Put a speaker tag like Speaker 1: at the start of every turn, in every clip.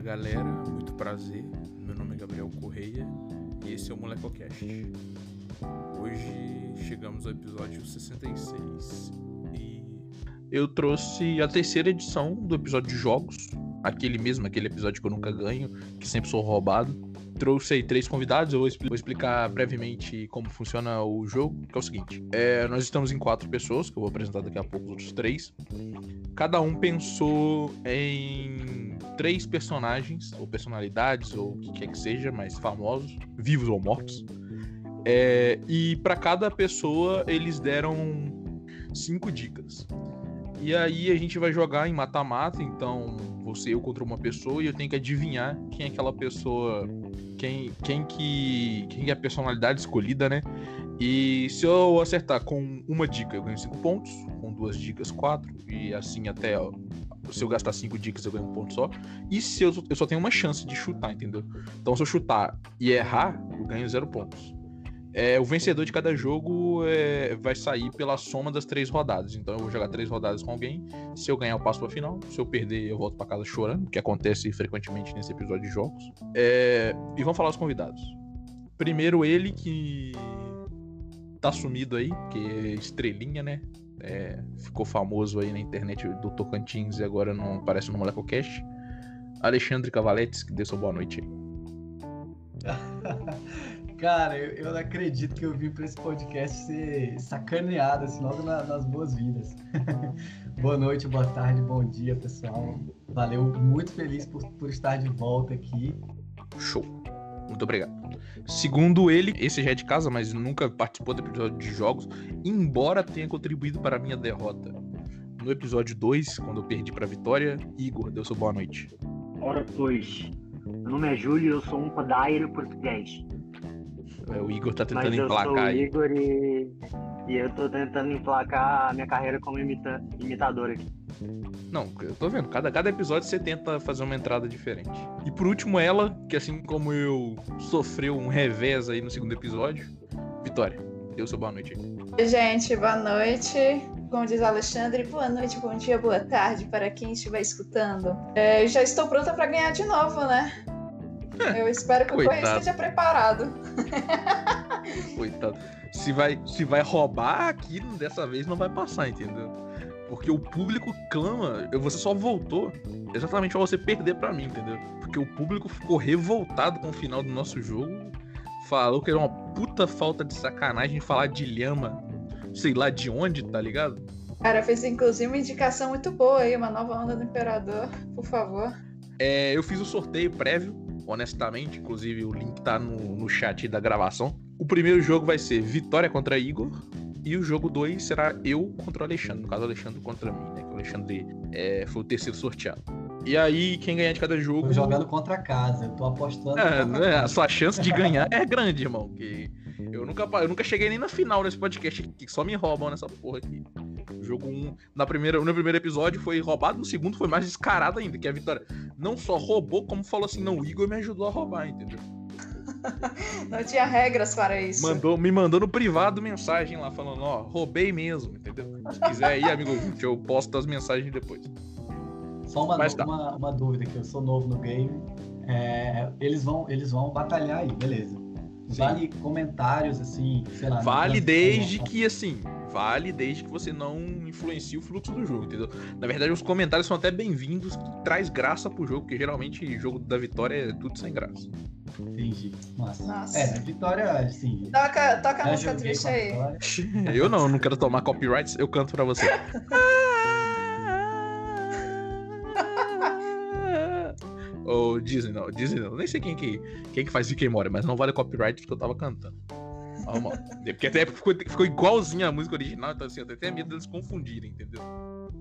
Speaker 1: galera, muito prazer. Meu nome é Gabriel Correia e esse é o MolecoCast. Hoje chegamos ao episódio 66 e
Speaker 2: eu trouxe a terceira edição do episódio de jogos, aquele mesmo, aquele episódio que eu nunca ganho, que sempre sou roubado. Trouxe aí três convidados, eu vou expli- vou explicar brevemente como funciona o jogo, que é o seguinte. É, nós estamos em quatro pessoas, que eu vou apresentar daqui a pouco os outros três. Cada um pensou em três personagens, ou personalidades, ou o que quer que seja, mas famosos, vivos ou mortos. É, e para cada pessoa eles deram cinco dicas. E aí a gente vai jogar em mata-mata, então você eu contra uma pessoa e eu tenho que adivinhar quem é aquela pessoa, quem quem que quem que é a personalidade escolhida, né? E se eu acertar com uma dica, eu ganho cinco pontos, com duas dicas, quatro e assim até ó, se eu gastar cinco dicas, eu ganho um ponto só. E se eu, eu só tenho uma chance de chutar, entendeu? Então, se eu chutar e errar, eu ganho zero pontos. É, o vencedor de cada jogo é, vai sair pela soma das três rodadas. Então eu vou jogar três rodadas com alguém. Se eu ganhar, eu passo pra final. Se eu perder, eu volto pra casa chorando, que acontece frequentemente nesse episódio de jogos. É, e vamos falar os convidados. Primeiro ele que tá sumido aí, que é estrelinha, né? É, ficou famoso aí na internet do Tocantins e agora não aparece no MolecoCast. Alexandre Cavaletes, que deu sua boa noite aí.
Speaker 3: Cara, eu, eu não acredito que eu vim pra esse podcast ser sacaneado, assim, logo na- nas boas-vindas. boa noite, boa tarde, bom dia, pessoal. Valeu, muito feliz por, por estar de volta aqui.
Speaker 2: Show. Muito obrigado. Segundo ele, esse já é de casa, mas nunca participou do episódio de jogos, embora tenha contribuído para a minha derrota. No episódio 2, quando eu perdi para Vitória, Igor deu sua boa noite.
Speaker 4: Ora, pois. Meu nome é Júlio e eu sou um padairo português.
Speaker 2: É, O Igor tá tentando
Speaker 4: Mas eu sou
Speaker 2: emplacar
Speaker 4: o
Speaker 2: aí.
Speaker 4: Igor e... e eu tô tentando emplacar a minha carreira como imita... imitador aqui.
Speaker 2: Não, eu tô vendo. Cada, cada episódio você tenta fazer uma entrada diferente. E por último, ela, que assim como eu sofreu um revés aí no segundo episódio, Vitória, deu sua boa noite aí.
Speaker 5: Oi, gente, boa noite. Como diz o Alexandre, boa noite, bom dia, boa tarde para quem estiver escutando. É, eu já estou pronta para ganhar de novo, né? Eu espero que o Correio
Speaker 2: Coitado.
Speaker 5: esteja preparado.
Speaker 2: Coitado. Se vai, se vai roubar aqui, dessa vez não vai passar, entendeu? Porque o público clama, você só voltou exatamente pra você perder pra mim, entendeu? Porque o público ficou revoltado com o final do nosso jogo, falou que era uma puta falta de sacanagem falar de lhama, sei lá de onde, tá ligado?
Speaker 5: Cara, fez inclusive uma indicação muito boa aí, uma nova onda do Imperador, por favor.
Speaker 2: É, eu fiz o sorteio prévio, honestamente, inclusive o link tá no, no chat da gravação. O primeiro jogo vai ser Vitória contra Igor. E o jogo 2 será eu contra o Alexandre. No caso, o Alexandre contra mim, né? Que o Alexandre é, foi o terceiro sorteado. E aí, quem ganhar de cada jogo.
Speaker 3: Tô jogando contra a casa, eu tô apostando.
Speaker 2: É,
Speaker 3: contra a
Speaker 2: né, a
Speaker 3: casa.
Speaker 2: sua chance de ganhar é grande, irmão. Que eu, nunca, pa- eu nunca cheguei nem na final nesse podcast aqui, que só me roubam nessa porra aqui. O jogo 1, na primeira, no primeiro episódio foi roubado, no segundo foi mais descarado ainda, que a Vitória não só roubou, como falou assim, não, o Igor me ajudou a roubar, entendeu?
Speaker 5: Não tinha regras para isso. é-
Speaker 2: Mandou, me mandou no privado mensagem lá, falando, ó, roubei mesmo, entendeu? Se quiser aí, amigo, ouvinte, eu posto as mensagens depois.
Speaker 3: Só uma,
Speaker 2: Mas tá.
Speaker 3: uma, uma dúvida, que eu sou novo no game. É, eles, vão, eles vão batalhar aí, beleza. Vale comentários, assim, sei lá.
Speaker 2: Vale
Speaker 3: nas-
Speaker 2: desde que, assim, vale desde que você não influencie o fluxo do jogo, entendeu? Na verdade, os comentários são até bem-vindos, que traz graça pro jogo, porque geralmente jogo da vitória é tudo sem graça.
Speaker 3: Entendi. Massa.
Speaker 5: Nossa.
Speaker 3: É, vitória, assim.
Speaker 5: Toca, toca a
Speaker 3: já
Speaker 5: música
Speaker 3: joguei
Speaker 5: triste
Speaker 3: com a
Speaker 5: aí.
Speaker 3: Vitória.
Speaker 2: Eu não, não quero tomar copyrights, eu canto pra você. Ou Disney não, Disney não. Nem sei quem que, quem que faz e quem mora, mas não vale copyright porque eu tava cantando. Ó, mal. Porque até ficou, ficou igualzinho a música original, então assim, eu tenho até medo deles confundirem, entendeu?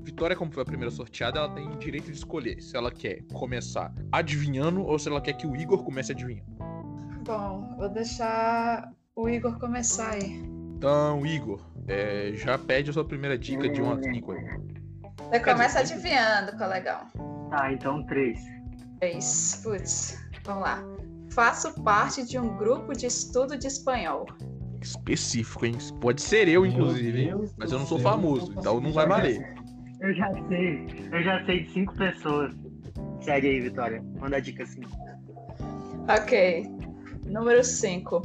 Speaker 2: Vitória, como foi a primeira sorteada, ela tem direito de escolher se ela quer começar adivinhando ou se ela quer que o Igor comece adivinhando.
Speaker 5: Bom, vou deixar o Igor começar aí.
Speaker 2: Então, Igor, é, já pede a sua primeira dica de 1 a 5 aí.
Speaker 5: Você começa adivinhando, colegão.
Speaker 4: Tá, então três.
Speaker 5: Três. Putz, vamos lá. Faço parte de um grupo de estudo de espanhol.
Speaker 2: Específico, hein? Pode ser eu,
Speaker 3: Meu
Speaker 2: inclusive. hein?
Speaker 3: Deus
Speaker 2: Mas
Speaker 3: do
Speaker 2: eu não sou
Speaker 3: céu,
Speaker 2: famoso,
Speaker 3: tô
Speaker 2: então não
Speaker 3: conseguindo
Speaker 2: vai
Speaker 3: jogar
Speaker 2: valer.
Speaker 3: essa.
Speaker 4: Eu já sei. Eu já sei de cinco pessoas. Segue aí, Vitória. Manda a dica assim.
Speaker 5: Ok. Número 5.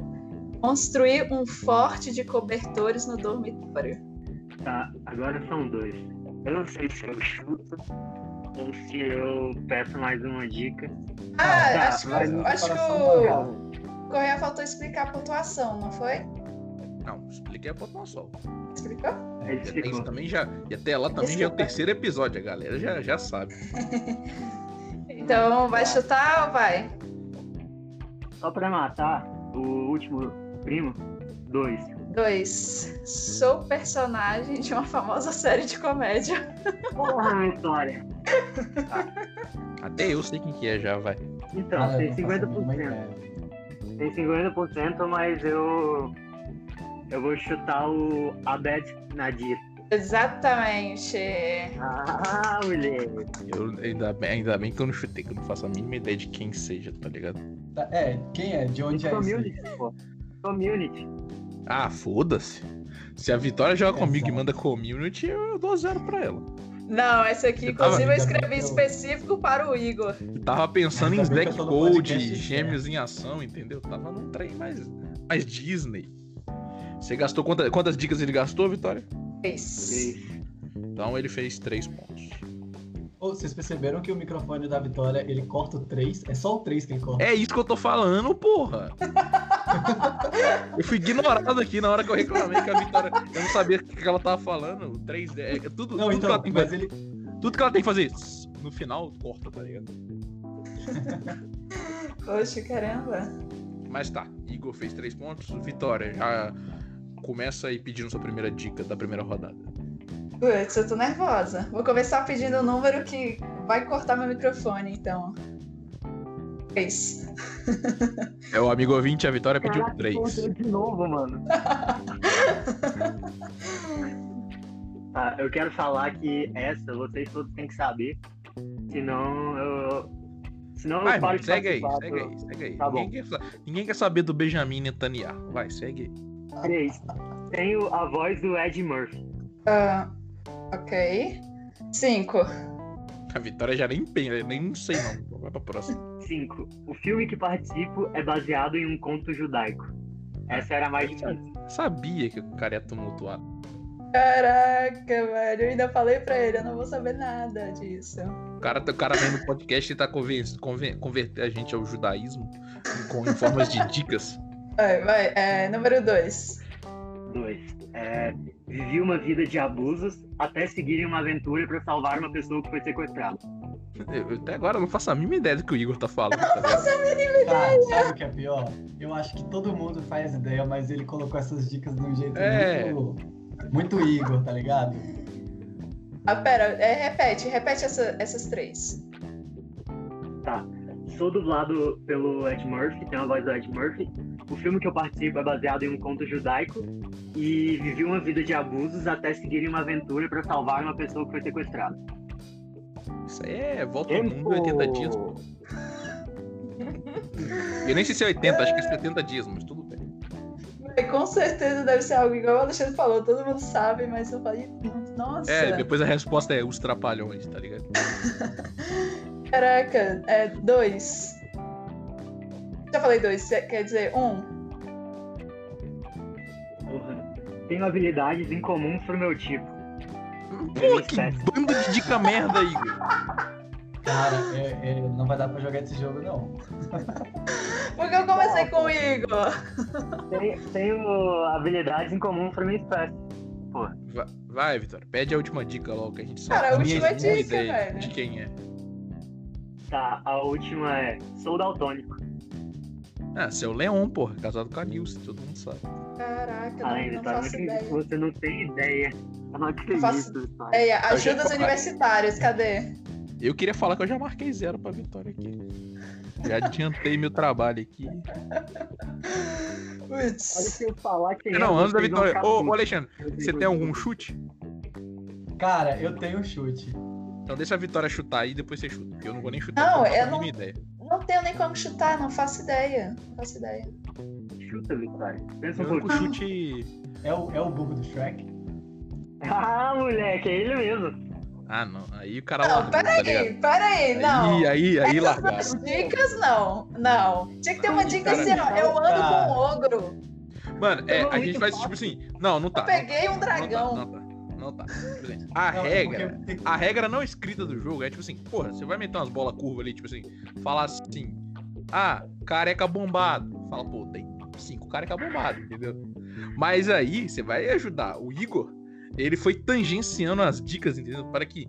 Speaker 5: Construir um forte de cobertores no dormitório.
Speaker 4: Tá, agora são dois. Eu não sei se eu chuto ou se eu peço mais uma dica.
Speaker 5: Ah,
Speaker 4: tá,
Speaker 5: acho que,
Speaker 4: vai
Speaker 5: eu-
Speaker 4: no
Speaker 5: acho que o
Speaker 3: Não,
Speaker 5: Correia faltou explicar a pontuação, não foi?
Speaker 2: Não, expliquei a pontuação.
Speaker 5: Explicou?
Speaker 4: Ele
Speaker 2: Já tem
Speaker 4: ficou.
Speaker 2: Isso também já, e até lá também já é o
Speaker 5: Desculpa.
Speaker 2: terceiro episódio, a galera já, já sabe.
Speaker 5: Então, vai chutar ou vai?
Speaker 4: Só pra matar o último primo, dois.
Speaker 5: 2. Sou personagem de uma famosa série de comédia.
Speaker 4: Porra, Vitória.
Speaker 2: Até eu sei quem que é já, vai.
Speaker 4: Então, tem 50%. Tem 50%, mas eu. Eu vou chutar o Abed Nadir.
Speaker 5: Exatamente.
Speaker 4: Ah, mulher.
Speaker 2: Eu, ainda, bem, ainda bem que eu não chutei, que eu não faço a mínima ideia de quem seja, tá ligado?
Speaker 3: Tá, é, quem é? De onde é isso? aí?
Speaker 4: Community, pô. Community.
Speaker 2: Ah, foda-se. Se a Vitória joga
Speaker 3: É,
Speaker 2: comigo e
Speaker 3: exato.
Speaker 2: manda community, eu dou zero pra ela.
Speaker 5: Não, essa aqui,
Speaker 2: Eu tava
Speaker 5: inclusive, eu
Speaker 3: ligado,
Speaker 5: escrevi
Speaker 3: eu-
Speaker 5: específico para o Igor.
Speaker 2: Eu tava pensando em
Speaker 3: Ainda bem que
Speaker 2: Black
Speaker 3: eu tô no
Speaker 2: Gold,
Speaker 3: podcast, né?
Speaker 2: Gêmeos em ação, entendeu? Tava num trem mais, mais Disney. Você gastou quantas, quantas dicas ele gastou, Vitória?
Speaker 5: Três.
Speaker 2: Então ele fez três pontos.
Speaker 3: Ô, vocês perceberam que o microfone da Vitória, ele corta o 3? É só o 3 que ele corta.
Speaker 2: É isso que eu tô falando, porra! eu fui ignorado aqui na hora que eu reclamei que a Vitória. Eu não sabia o que que ela tava falando. Três, é, é tudo,
Speaker 3: Não,
Speaker 2: tudo, que
Speaker 3: então,
Speaker 2: ela tem que
Speaker 3: mas
Speaker 2: fazer,
Speaker 3: ele...
Speaker 2: tudo que ela tem que fazer. tss, No final, corta, tá ligado?
Speaker 5: Poxa, caramba.
Speaker 2: Mas tá, Igor fez três pontos. Vitória, já começa aí pedindo sua primeira dica da primeira rodada.
Speaker 5: Putz, eu tô nervosa. Vou começar pedindo um número que vai cortar meu microfone, então. Três.
Speaker 2: É o amigo ouvinte, a Vitória pediu
Speaker 4: Caraca,
Speaker 2: três.
Speaker 4: encontrou De novo, mano. Tá, eu quero falar que essa vocês todos têm que saber. Senão eu. Senão eu
Speaker 2: Vai,
Speaker 4: paro
Speaker 2: mano,
Speaker 4: de
Speaker 2: segue aí,
Speaker 4: participar
Speaker 2: segue
Speaker 4: do-
Speaker 2: aí, segue aí.
Speaker 4: Tá bom.
Speaker 2: ninguém, quer, sa- ninguém quer saber do Benjamin Netanyahu. Vai, segue aí.
Speaker 4: Três. Tenho a voz do Ed Murphy.
Speaker 5: Ah, ok. Cinco.
Speaker 2: A Vitória já nem pensa, nem sei não. Vai pra próxima.
Speaker 4: Cinco. O filme que participo é baseado em um conto judaico. Essa era a mais difícil.
Speaker 2: Sabia que o cara ia tumultuar.
Speaker 5: Caraca, velho. Eu ainda falei pra ele, eu não vou saber nada disso.
Speaker 2: O cara, o cara vem no podcast e tá conven- conven- converter a gente ao judaísmo com, em formas de dicas.
Speaker 5: Vai, vai. É, número dois.
Speaker 4: Dois. É, vivi uma vida de abusos até seguirem uma aventura pra salvar uma pessoa que foi sequestrada.
Speaker 2: Eu, eu até agora não faço a mínima ideia do que o Igor tá falando. tá ligado?
Speaker 3: Cara, sabe o que é pior? Eu acho que todo mundo faz ideia, mas ele colocou essas dicas de um jeito
Speaker 2: É.
Speaker 3: muito... Muito Igor, tá ligado?
Speaker 5: Ah, pera. é, repete, repete essa- essas três.
Speaker 4: Sou dublado pelo Ed Murphy, tenho a voz do Ed Murphy. O filme que eu participo é baseado em um conto judaico e vivi uma vida de abusos até seguirem uma aventura pra salvar uma pessoa que foi sequestrada.
Speaker 2: Isso aí é volta ao mundo em 80 dias. pô. Eu nem sei se é 80, acho que é 70 dias, mas tudo bem.
Speaker 5: Vai, Com certeza deve ser algo igual o Alexandre falou, todo mundo sabe, mas eu falei, nossa.
Speaker 2: É, depois a resposta é os trapalhões, tá ligado?
Speaker 5: Caraca, é dois. Já falei dois, cê- quer dizer um.
Speaker 4: Porra. Tenho habilidades incomuns pro meu tipo.
Speaker 5: Hum,
Speaker 2: Pô, que bando de dica merda, Igor.
Speaker 3: Cara, é- é, não vai dar pra jogar esse jogo, não.
Speaker 5: Porque eu comecei com o Igor.
Speaker 4: Tenho, tenho habilidades incomuns pra minha espécie.
Speaker 2: Va- Vai, Vitória, pede a última dica logo, que a gente só
Speaker 5: Cara, a
Speaker 2: não tem
Speaker 5: última
Speaker 2: nenhuma
Speaker 5: dica, velho.
Speaker 2: de quem é.
Speaker 4: Tá, a última é. Sou daltônico.
Speaker 2: Ah, seu Leon, porra, casado com a Nilce, todo mundo sabe.
Speaker 5: Caraca, não,
Speaker 4: Além,
Speaker 5: não
Speaker 4: tá,
Speaker 5: faço
Speaker 4: que
Speaker 5: ideia.
Speaker 4: você não tem ideia. Eu não acredito.
Speaker 5: faço-
Speaker 4: Vitória.
Speaker 5: É,
Speaker 2: Eu já ia
Speaker 5: ajuda os
Speaker 2: falar.
Speaker 5: universitários, cadê?
Speaker 2: Eu queria falar que eu já marquei zero pra Vitória aqui. Já adiantei meu trabalho aqui.
Speaker 4: Olha
Speaker 5: Putz.
Speaker 4: se eu falar quem é,
Speaker 2: Não, antes da
Speaker 4: vocês
Speaker 3: um
Speaker 4: vão
Speaker 2: Vitória.
Speaker 4: ficar
Speaker 2: Ô,
Speaker 4: putos.
Speaker 2: ô, Alexandre, você tem algum chute?
Speaker 3: Cara, eu tenho um chute.
Speaker 2: Então deixa a Vitória chutar aí e depois você chuta. porque Eu não vou nem chutar.
Speaker 5: Não,
Speaker 2: porque
Speaker 5: eu
Speaker 2: faço a
Speaker 5: não-
Speaker 2: mínima ideia.
Speaker 5: Não tenho nem como chutar, não faço ideia. Não faço ideia.
Speaker 4: Chuta, Vitória. Pensa
Speaker 2: Meu
Speaker 4: um pouquinho.
Speaker 2: único chute.
Speaker 3: É o, é o burro do Shrek?
Speaker 4: Ah, moleque, é ele mesmo.
Speaker 2: Ah, não. Aí o cara
Speaker 5: Não,
Speaker 2: largou, tá
Speaker 5: peraí,
Speaker 2: ligado?
Speaker 5: peraí, não.
Speaker 2: Aí, aí, aí
Speaker 5: Essas
Speaker 2: largaram.
Speaker 5: duas dicas, não. Não. Tinha que ter uma
Speaker 3: Ai,
Speaker 5: dica
Speaker 2: cara,
Speaker 5: assim, ó.
Speaker 3: me
Speaker 5: Eu ando
Speaker 3: fala,
Speaker 5: com um ogro.
Speaker 2: Mano, é,
Speaker 4: Eu
Speaker 2: a gente
Speaker 4: muito
Speaker 2: faz
Speaker 4: fácil.
Speaker 2: tipo assim. Não, não tá.
Speaker 5: Eu peguei um
Speaker 2: não tá,
Speaker 5: dragão.
Speaker 2: Não tá, não tá. Por exemplo, A
Speaker 3: Não, é porque
Speaker 2: regra.
Speaker 3: eu tenho que-
Speaker 2: A regra não escrita do jogo é tipo assim, porra, você vai meter umas bolas curvas ali, tipo assim, falar assim, ah, careca bombado. Fala, pô, tem cinco careca bombado, entendeu? Mas aí você vai ajudar. O Igor, ele foi tangenciando as dicas, entendeu? Para que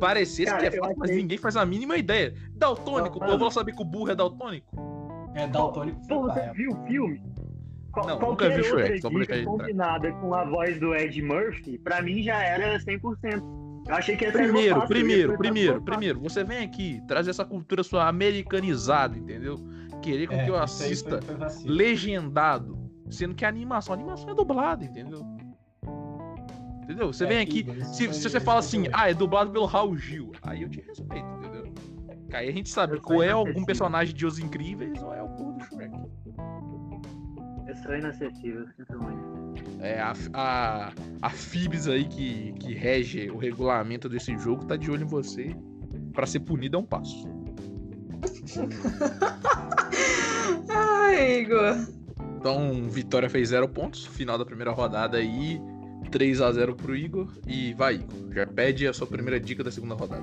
Speaker 2: parecesse
Speaker 4: Cara,
Speaker 2: que é
Speaker 4: eu
Speaker 2: fácil, mas
Speaker 4: achei-
Speaker 2: ninguém faz a mínima ideia. Daltônico,
Speaker 4: Não,
Speaker 2: pô,
Speaker 4: mano.
Speaker 2: eu vou saber que o burro é daltônico.
Speaker 3: É daltônico.
Speaker 4: Pô, você
Speaker 3: é.
Speaker 4: viu o filme? Qual,
Speaker 2: Não,
Speaker 4: qualquer
Speaker 2: nunca vi
Speaker 4: outra
Speaker 2: Shrek, só pra
Speaker 4: dica
Speaker 2: deixar aí,
Speaker 4: combinada com a voz do Ed Murphy, pra mim já era 100%. Eu achei que essa era uma
Speaker 2: Primeiro,
Speaker 4: fácil, eu
Speaker 2: primeiro,
Speaker 4: ia
Speaker 2: primeiro,
Speaker 4: perguntar,
Speaker 2: primeiro, você vem aqui trazer essa cultura sua americanizada, entendeu? Querer com
Speaker 3: É,
Speaker 2: que eu
Speaker 3: isso aí foi-
Speaker 2: assista
Speaker 3: foi vacilo.
Speaker 2: legendado. Sendo que a animação, a animação é dublada, entendeu? Entendeu? Você
Speaker 3: É,
Speaker 2: vem aqui.
Speaker 3: Igor, isso
Speaker 2: Se,
Speaker 3: foi-
Speaker 2: se você fala
Speaker 3: isso foi
Speaker 2: assim,
Speaker 3: doido.
Speaker 2: ah, é dublado pelo Raul Gil, aí eu te respeito, entendeu? Que Aí a gente sabe
Speaker 4: Eu sou
Speaker 2: ou é algum
Speaker 4: inacessível.
Speaker 2: personagem de Os Incríveis ou é o burro do Shrek.
Speaker 4: Eu sou inacessível, sinto muito.
Speaker 2: É, a, a, a Fibs aí que, que rege o regulamento desse jogo tá de olho em você. Pra ser punido é um passo.
Speaker 5: Ai, Igor.
Speaker 2: Então, Vitória fez zero pontos. Final da primeira rodada aí. 3 a 0 pro Igor. E vai, Igor. Já pede a sua primeira dica da segunda rodada.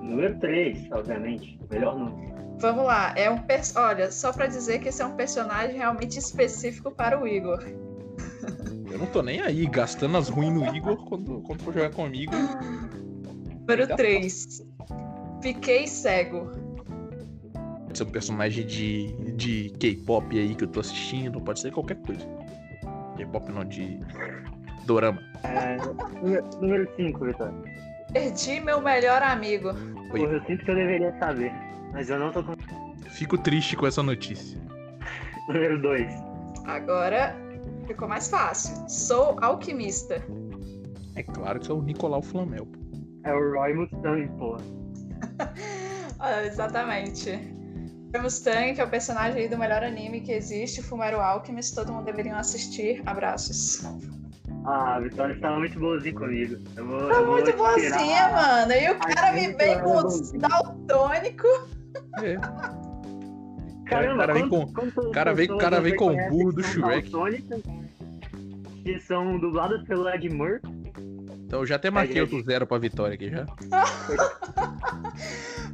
Speaker 4: Número 3, obviamente. Melhor número.
Speaker 5: Vamos lá. É um pers- Olha, só pra dizer que esse é um personagem realmente específico para o Igor.
Speaker 2: Eu não tô nem aí, gastando as ruins no Igor quando, quando for jogar comigo.
Speaker 5: Número 3. Fiquei cego.
Speaker 2: Pode ser um personagem de, de K-pop aí que eu tô assistindo, pode ser qualquer coisa. K-pop não, de dorama.
Speaker 4: É, número- número 5, Vitória.
Speaker 5: Perdi meu melhor amigo.
Speaker 2: Oi.
Speaker 4: Porra, eu sinto que eu deveria saber, mas eu não tô com.
Speaker 2: Fico triste com essa notícia.
Speaker 4: Número 2.
Speaker 5: Agora ficou mais fácil. Sou alquimista.
Speaker 2: É claro que é o Nicolau Flamel. pô.
Speaker 4: É o Roy Mustang, pô.
Speaker 5: Ah, exatamente. O Mustang, que é o personagem aí do melhor anime que existe, Fumero Alchemist, todo mundo deveria assistir. Abraços.
Speaker 4: Ah, a Vitória estava muito boazinha comigo. Eu vou,
Speaker 5: Tá
Speaker 4: eu vou
Speaker 5: muito
Speaker 4: tirar-
Speaker 5: boazinha, mano. E o cara me
Speaker 4: gente
Speaker 5: vem
Speaker 4: era
Speaker 5: com o
Speaker 4: bonzinha.
Speaker 5: daltônico.
Speaker 2: É.
Speaker 4: Caramba,
Speaker 2: O cara vem
Speaker 4: quantas- quantas
Speaker 2: cara vem-
Speaker 4: pessoas
Speaker 2: cara
Speaker 4: você
Speaker 2: vem com o
Speaker 4: conhece
Speaker 2: burro
Speaker 4: que
Speaker 2: do
Speaker 4: são
Speaker 2: Shrek.
Speaker 4: daltônicas, Que são dubladas pelo Ed Murphy.
Speaker 2: Então eu já até marquei
Speaker 4: gente.
Speaker 2: outro zero pra vitória aqui já.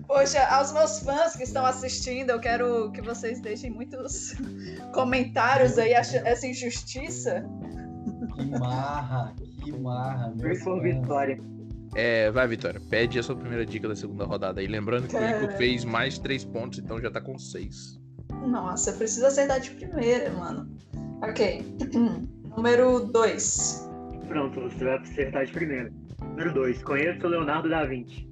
Speaker 5: Poxa, aos meus fãs que estão assistindo, eu quero que vocês deixem muitos comentários aí achando essa injustiça.
Speaker 3: Que marra, que marra, meu
Speaker 4: Foi por
Speaker 3: Deus.
Speaker 4: vitória.
Speaker 2: É, vai, Vitória. Pede a sua primeira dica da segunda rodada aí. Lembrando que o Igor
Speaker 5: Cara.
Speaker 2: fez mais três pontos, então já tá com seis.
Speaker 5: Nossa, precisa acertar de primeira, mano. Ok. Número 2.
Speaker 4: Pronto, você vai acertar de primeira. Número 2. Conheço o Leonardo da Vinci.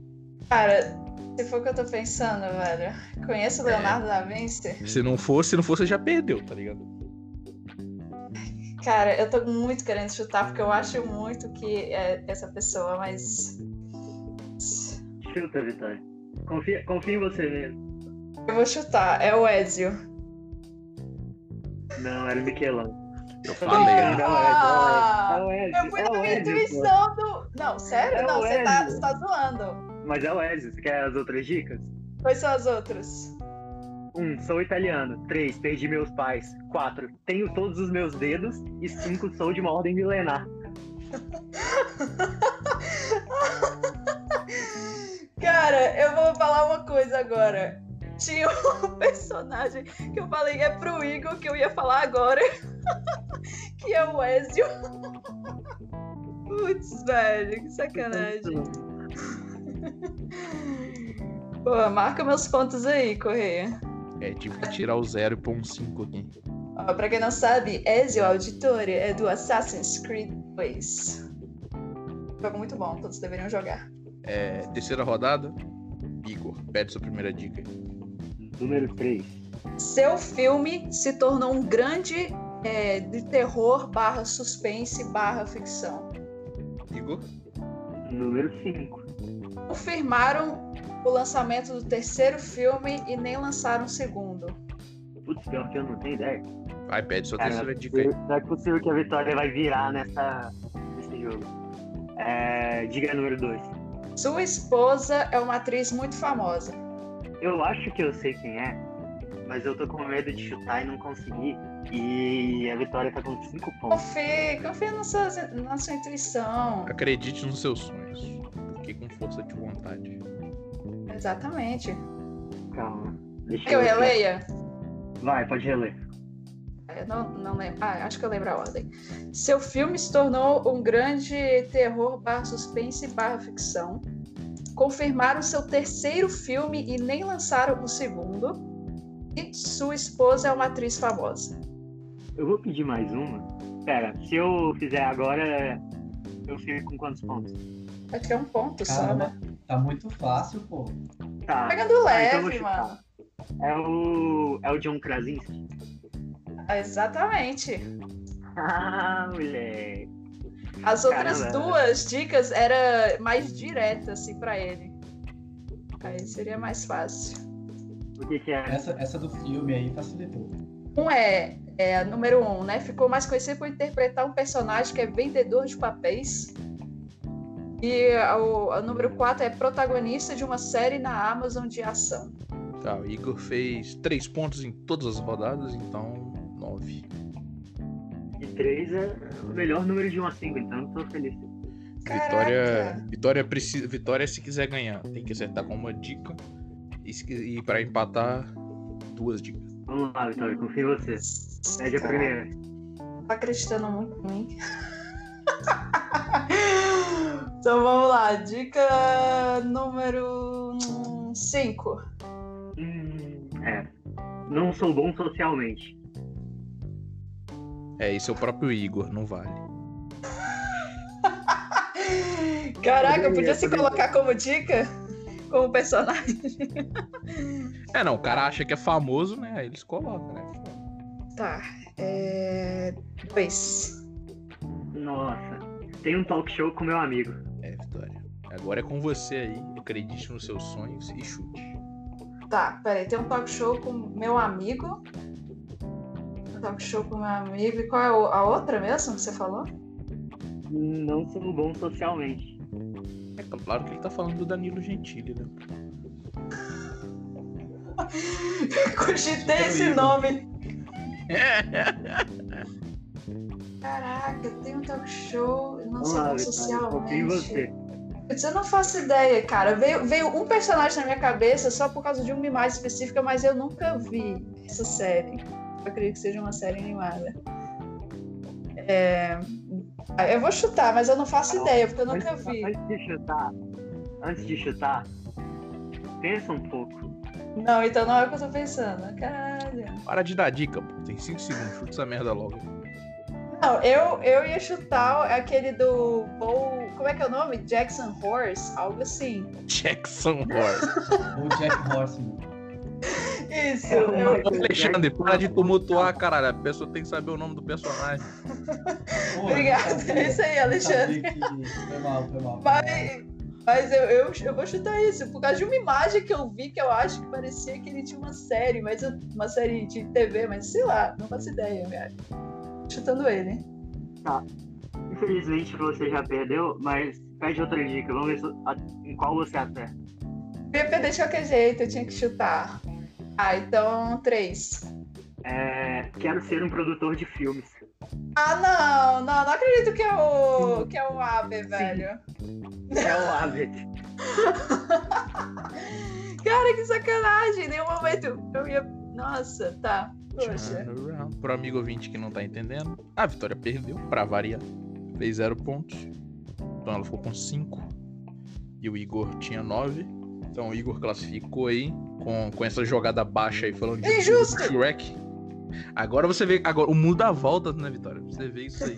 Speaker 5: Cara, se for o que eu tô pensando, velho. Conheço o Leonardo da Vinci?
Speaker 2: Se não fosse, se não fosse, já perdeu, tá ligado?
Speaker 5: Cara, eu tô muito querendo chutar, porque eu acho muito que é essa pessoa, mas.
Speaker 4: Chuta, Vitória. Confia, confia em você mesmo.
Speaker 5: Eu vou chutar, é o Ezio.
Speaker 4: Não, era o Michelangelo.
Speaker 2: Eu falei,
Speaker 4: Não,
Speaker 2: né?
Speaker 5: Ah!
Speaker 4: não, é,
Speaker 5: Eu
Speaker 4: não,
Speaker 5: fui
Speaker 4: é, é
Speaker 5: na
Speaker 4: o
Speaker 5: minha
Speaker 4: Ezio, pô.
Speaker 5: intuição do. Não, sério?
Speaker 4: É
Speaker 5: não,
Speaker 4: o
Speaker 5: você tá,
Speaker 4: Ezio.
Speaker 5: você tá zoando.
Speaker 4: Mas é o Ezio. Você quer as outras dicas?
Speaker 5: Quais são as outras?
Speaker 4: 1. Sou italiano. 3. Perdi meus pais. 4. Tenho todos os meus dedos. E 5. Sou de uma ordem milenar.
Speaker 5: Cara, eu vou falar uma coisa agora. Tinha um personagem que eu falei é pro Igor que eu ia falar agora. que é o Ezio. Putz, velho, que sacanagem. Pô, marca meus pontos aí, Correia.
Speaker 2: É, tive que tirar o zero e pôr um cinco aqui.
Speaker 5: Ó, pra quem não sabe, Ezio Auditore é do Assassin's Creed 2. Jogo muito bom, todos deveriam jogar.
Speaker 2: É, terceira rodada. Igor, pede sua primeira dica. aí.
Speaker 4: Número 3.
Speaker 5: Seu filme se tornou um grande é, de terror barra suspense barra ficção.
Speaker 2: Igor?
Speaker 4: Número 5.
Speaker 5: Confirmaram o lançamento do terceiro filme e nem lançaram o segundo.
Speaker 4: Putz, pior que eu não tenho ideia.
Speaker 2: Vai, pede sua
Speaker 4: Cara,
Speaker 2: terceira dica aí.
Speaker 4: Não é possível que a vitória vai virar nessa, nesse jogo. É, diga número 2.
Speaker 5: Sua esposa é uma atriz muito famosa.
Speaker 4: Eu acho que eu sei quem é, mas eu tô com medo de chutar e não conseguir. E a Vitória tá com 5 pontos.
Speaker 5: Confie, confia na sua, na sua intuição.
Speaker 2: Acredite nos seus sonhos. Porque com força de vontade.
Speaker 5: Exatamente.
Speaker 4: Calma. Deixa
Speaker 5: Quer que eu releia?
Speaker 4: Vai, pode reler.
Speaker 5: Eu não, não lembro. Ah, acho que eu lembro a ordem. Seu filme se tornou um grande terror barra suspense barra ficção. Confirmaram seu terceiro filme e nem lançaram o segundo. E sua esposa é uma atriz famosa.
Speaker 4: Eu vou pedir mais uma. Pera, se eu fizer agora, eu fico com quantos pontos?
Speaker 5: Acho que é um ponto só,
Speaker 3: Caramba,
Speaker 5: né?
Speaker 3: tá muito fácil, pô.
Speaker 4: Tá.
Speaker 5: Pegando
Speaker 4: Ah, então eu vou
Speaker 5: leve,
Speaker 4: chutar.
Speaker 5: mano.
Speaker 4: É o. É o John Krasinski.
Speaker 5: Ah, Exatamente.
Speaker 4: Ah, moleque.
Speaker 5: As outras
Speaker 4: Caramba.
Speaker 5: duas dicas era mais direta, assim, pra ele. Aí seria mais fácil.
Speaker 4: O que que é?
Speaker 3: Essa, essa do filme aí facilitou.
Speaker 5: Um é, é a número um, né? Ficou mais conhecido por interpretar um personagem que é vendedor de papéis. E a- o, a número quatro é protagonista de uma série na Amazon de ação.
Speaker 2: Tá, o Igor fez 3 pontos em todas as rodadas, então 9.
Speaker 4: De 3 é o melhor número de 1 a 5, então tô feliz.
Speaker 5: Caraca.
Speaker 2: Vitória, Vitória precisa, Vitória se quiser ganhar, tem que acertar com uma dica e, se quis- e para empatar duas dicas.
Speaker 4: Vamos lá, Vitória, confio em você. Pede a
Speaker 5: Caraca,
Speaker 4: primeira.
Speaker 5: Tá acreditando muito em mim. então vamos lá, dica número 5.
Speaker 4: Hum, é. Não sou bom socialmente.
Speaker 2: É, esse é o próprio Igor, não vale.
Speaker 5: Caraca,
Speaker 4: Poderia,
Speaker 5: podia se
Speaker 4: poderia.
Speaker 5: colocar como dica? Como personagem?
Speaker 2: É, não, o cara acha que é famoso, né? Aí eles colocam, né?
Speaker 5: Tá. É... Dois.
Speaker 4: Nossa. Tem um talk show com meu amigo.
Speaker 2: É, Vitória. Agora é com você aí. Acredite nos seus sonhos e chute.
Speaker 5: Tá, peraí, tem um talk show com meu amigo. Um talk show com meu amigo. E qual é o- a outra mesmo que você falou?
Speaker 4: Não sou bom socialmente.
Speaker 2: É claro que ele tá falando do Danilo Gentili, né?
Speaker 5: Cogitei
Speaker 3: Quero
Speaker 5: esse
Speaker 3: ir.
Speaker 5: nome.
Speaker 2: É,
Speaker 5: Caraca, tem um talk show. Não
Speaker 4: Vamos
Speaker 5: sei
Speaker 4: lá,
Speaker 5: como
Speaker 4: Vitória. Confio em
Speaker 5: socialmente.
Speaker 4: você.
Speaker 5: Putz, Eu não faço ideia, cara. Veio, veio um personagem na minha cabeça só por causa de uma imagem específica, mas eu nunca vi essa série. Eu acredito que seja uma série animada. É, ah, Eu vou chutar, mas eu não faço
Speaker 4: Não,
Speaker 5: ideia, porque eu
Speaker 4: Antes-
Speaker 5: nunca vi.
Speaker 4: Antes de chutar, antes de chutar, pensa um pouco.
Speaker 5: Não, então não é o que eu tô pensando. Caralho.
Speaker 2: Para de dar dica, pô. Tem 5 segundos, chuta essa merda logo.
Speaker 5: Não, eu, eu ia chutar aquele do Paul. Como é que é o nome? Jackson Horse? Algo assim.
Speaker 2: Jackson Horse.
Speaker 3: Ou Jack Horseman.
Speaker 5: Isso.
Speaker 4: É,
Speaker 5: eu-
Speaker 4: mas-
Speaker 2: Alexandre, para de tumultuar, caralho. A pessoa tem que saber o nome do personagem.
Speaker 3: Pô,
Speaker 5: Obrigada.
Speaker 3: eu sabia-
Speaker 5: É isso aí,
Speaker 3: eu sabia
Speaker 5: Alexandre.
Speaker 3: que- Foi mal, foi mal.
Speaker 5: Mas, mas eu, eu, eu vou chutar isso, por causa de uma imagem que eu vi que eu acho que parecia que ele tinha uma série, mas eu- uma série de TV, mas sei lá, não faço ideia, cara. Chutando ele.
Speaker 4: Infelizmente você já perdeu, mas pede outra dica. Vamos ver se- a- em qual você acerta.
Speaker 5: Eu ia perder de qualquer jeito, eu tinha que chutar. Ah, então três.
Speaker 4: É, quero ser um produtor de filmes.
Speaker 5: Ah, não, não, não acredito que é o, que é o Abe, velho.
Speaker 4: É o Avet.
Speaker 5: Cara, que sacanagem! Em nenhum momento eu ia. Nossa, tá.
Speaker 2: Tipo,
Speaker 5: Poxa.
Speaker 2: Turn around. Pro amigo ouvinte que não tá entendendo, a Vitória perdeu, pra variar. Fez zero pontos. Então ela ficou com 5. E o Igor tinha 9. Então o Igor classificou aí com, com essa jogada baixa aí falando de
Speaker 5: Injusto!
Speaker 2: Shrek. Agora você vê. Agora, o mundo dá volta, né, Vitória? Você vê isso aí.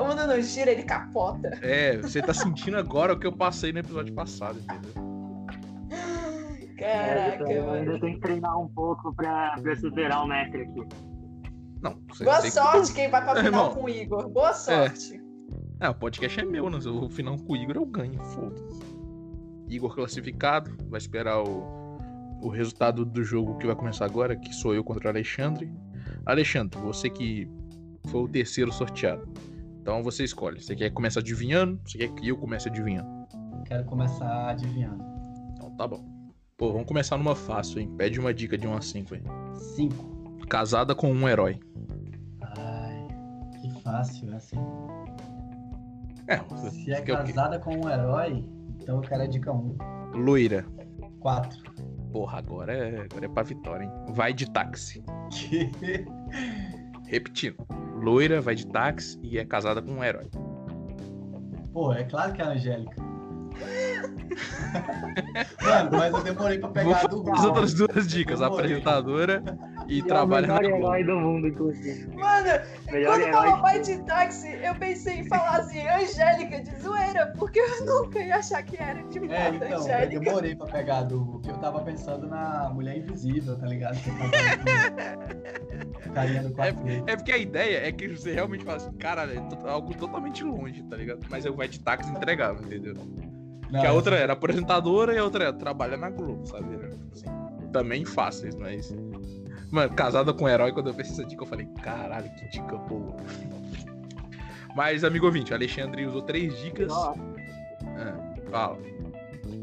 Speaker 5: O mundo não gira, ele capota.
Speaker 2: É, você tá sentindo agora o que eu passei no episódio passado, entendeu?
Speaker 5: Caraca,
Speaker 4: É, eu
Speaker 5: mano.
Speaker 4: ainda tenho que treinar um pouco pra, pra superar o mestre aqui.
Speaker 2: Não, você
Speaker 5: Boa
Speaker 2: tem que-
Speaker 5: sorte quem vai pra
Speaker 2: É,
Speaker 5: final
Speaker 2: irmão.
Speaker 5: com o Igor. Boa sorte.
Speaker 2: Ah, o podcast é meu, né? Se eu final com o Igor, eu ganho, foda-se. Igor classificado, vai esperar o, o resultado do jogo que vai começar agora, que sou eu contra o Alexandre. Alexandre, você que foi o terceiro sorteado. Então você escolhe. Você quer começar adivinhando? Você quer que eu comece adivinhando?
Speaker 3: Quero começar adivinhando.
Speaker 2: Então tá bom. Pô, vamos começar numa fácil, hein? Pede uma dica de 1 a 5 aí.
Speaker 3: Cinco.
Speaker 2: Casada com um herói.
Speaker 3: Ai, que fácil essa. hein?
Speaker 2: É,
Speaker 3: Se é
Speaker 2: que é o quê?
Speaker 3: casada com um herói, então eu quero a dica um.
Speaker 2: Loira.
Speaker 3: Quatro.
Speaker 2: Porra, agora é, agora é pra vitória, hein? Vai de táxi.
Speaker 3: Que-
Speaker 2: Repetindo. Loira, vai de táxi e é casada com um herói.
Speaker 3: Pô, é claro que é a Angélica. Mano, mas eu demorei pra pegar a do
Speaker 2: Vou- As
Speaker 3: Google.
Speaker 2: outras duas dicas,
Speaker 3: Demorei.
Speaker 2: apresentadora e,
Speaker 4: E
Speaker 2: trabalha
Speaker 4: é o
Speaker 2: na
Speaker 4: melhor
Speaker 2: Globo.
Speaker 4: herói do mundo, inclusive.
Speaker 5: Mano,
Speaker 4: Melhor
Speaker 5: quando
Speaker 4: herói.
Speaker 5: falou pai de táxi, eu pensei em falar assim, Angélica de zoeira, porque eu nunca ia achar que era de
Speaker 3: É,
Speaker 5: fato
Speaker 3: então, eu
Speaker 5: Angélica.
Speaker 3: demorei pra pegar a do Google, porque eu tava pensando na Mulher Invisível, tá ligado? Que tava com o Carinha do quarteto.
Speaker 2: É porque a ideia é que você realmente fala assim, caralho, é to- algo totalmente longe, tá ligado? Mas eu vai de táxi e entregava, entendeu?
Speaker 3: Não,
Speaker 2: É, que a outra era apresentadora e a outra era trabalha na Globo, sabe? Era, tipo assim, também fáceis, mas. Mano, casada com um herói, quando eu pensei essa dica, eu falei, caralho, que dica boa. Mas, amigo ouvinte, o Alexandre usou três dicas.
Speaker 4: Nossa,
Speaker 2: Ah, fala.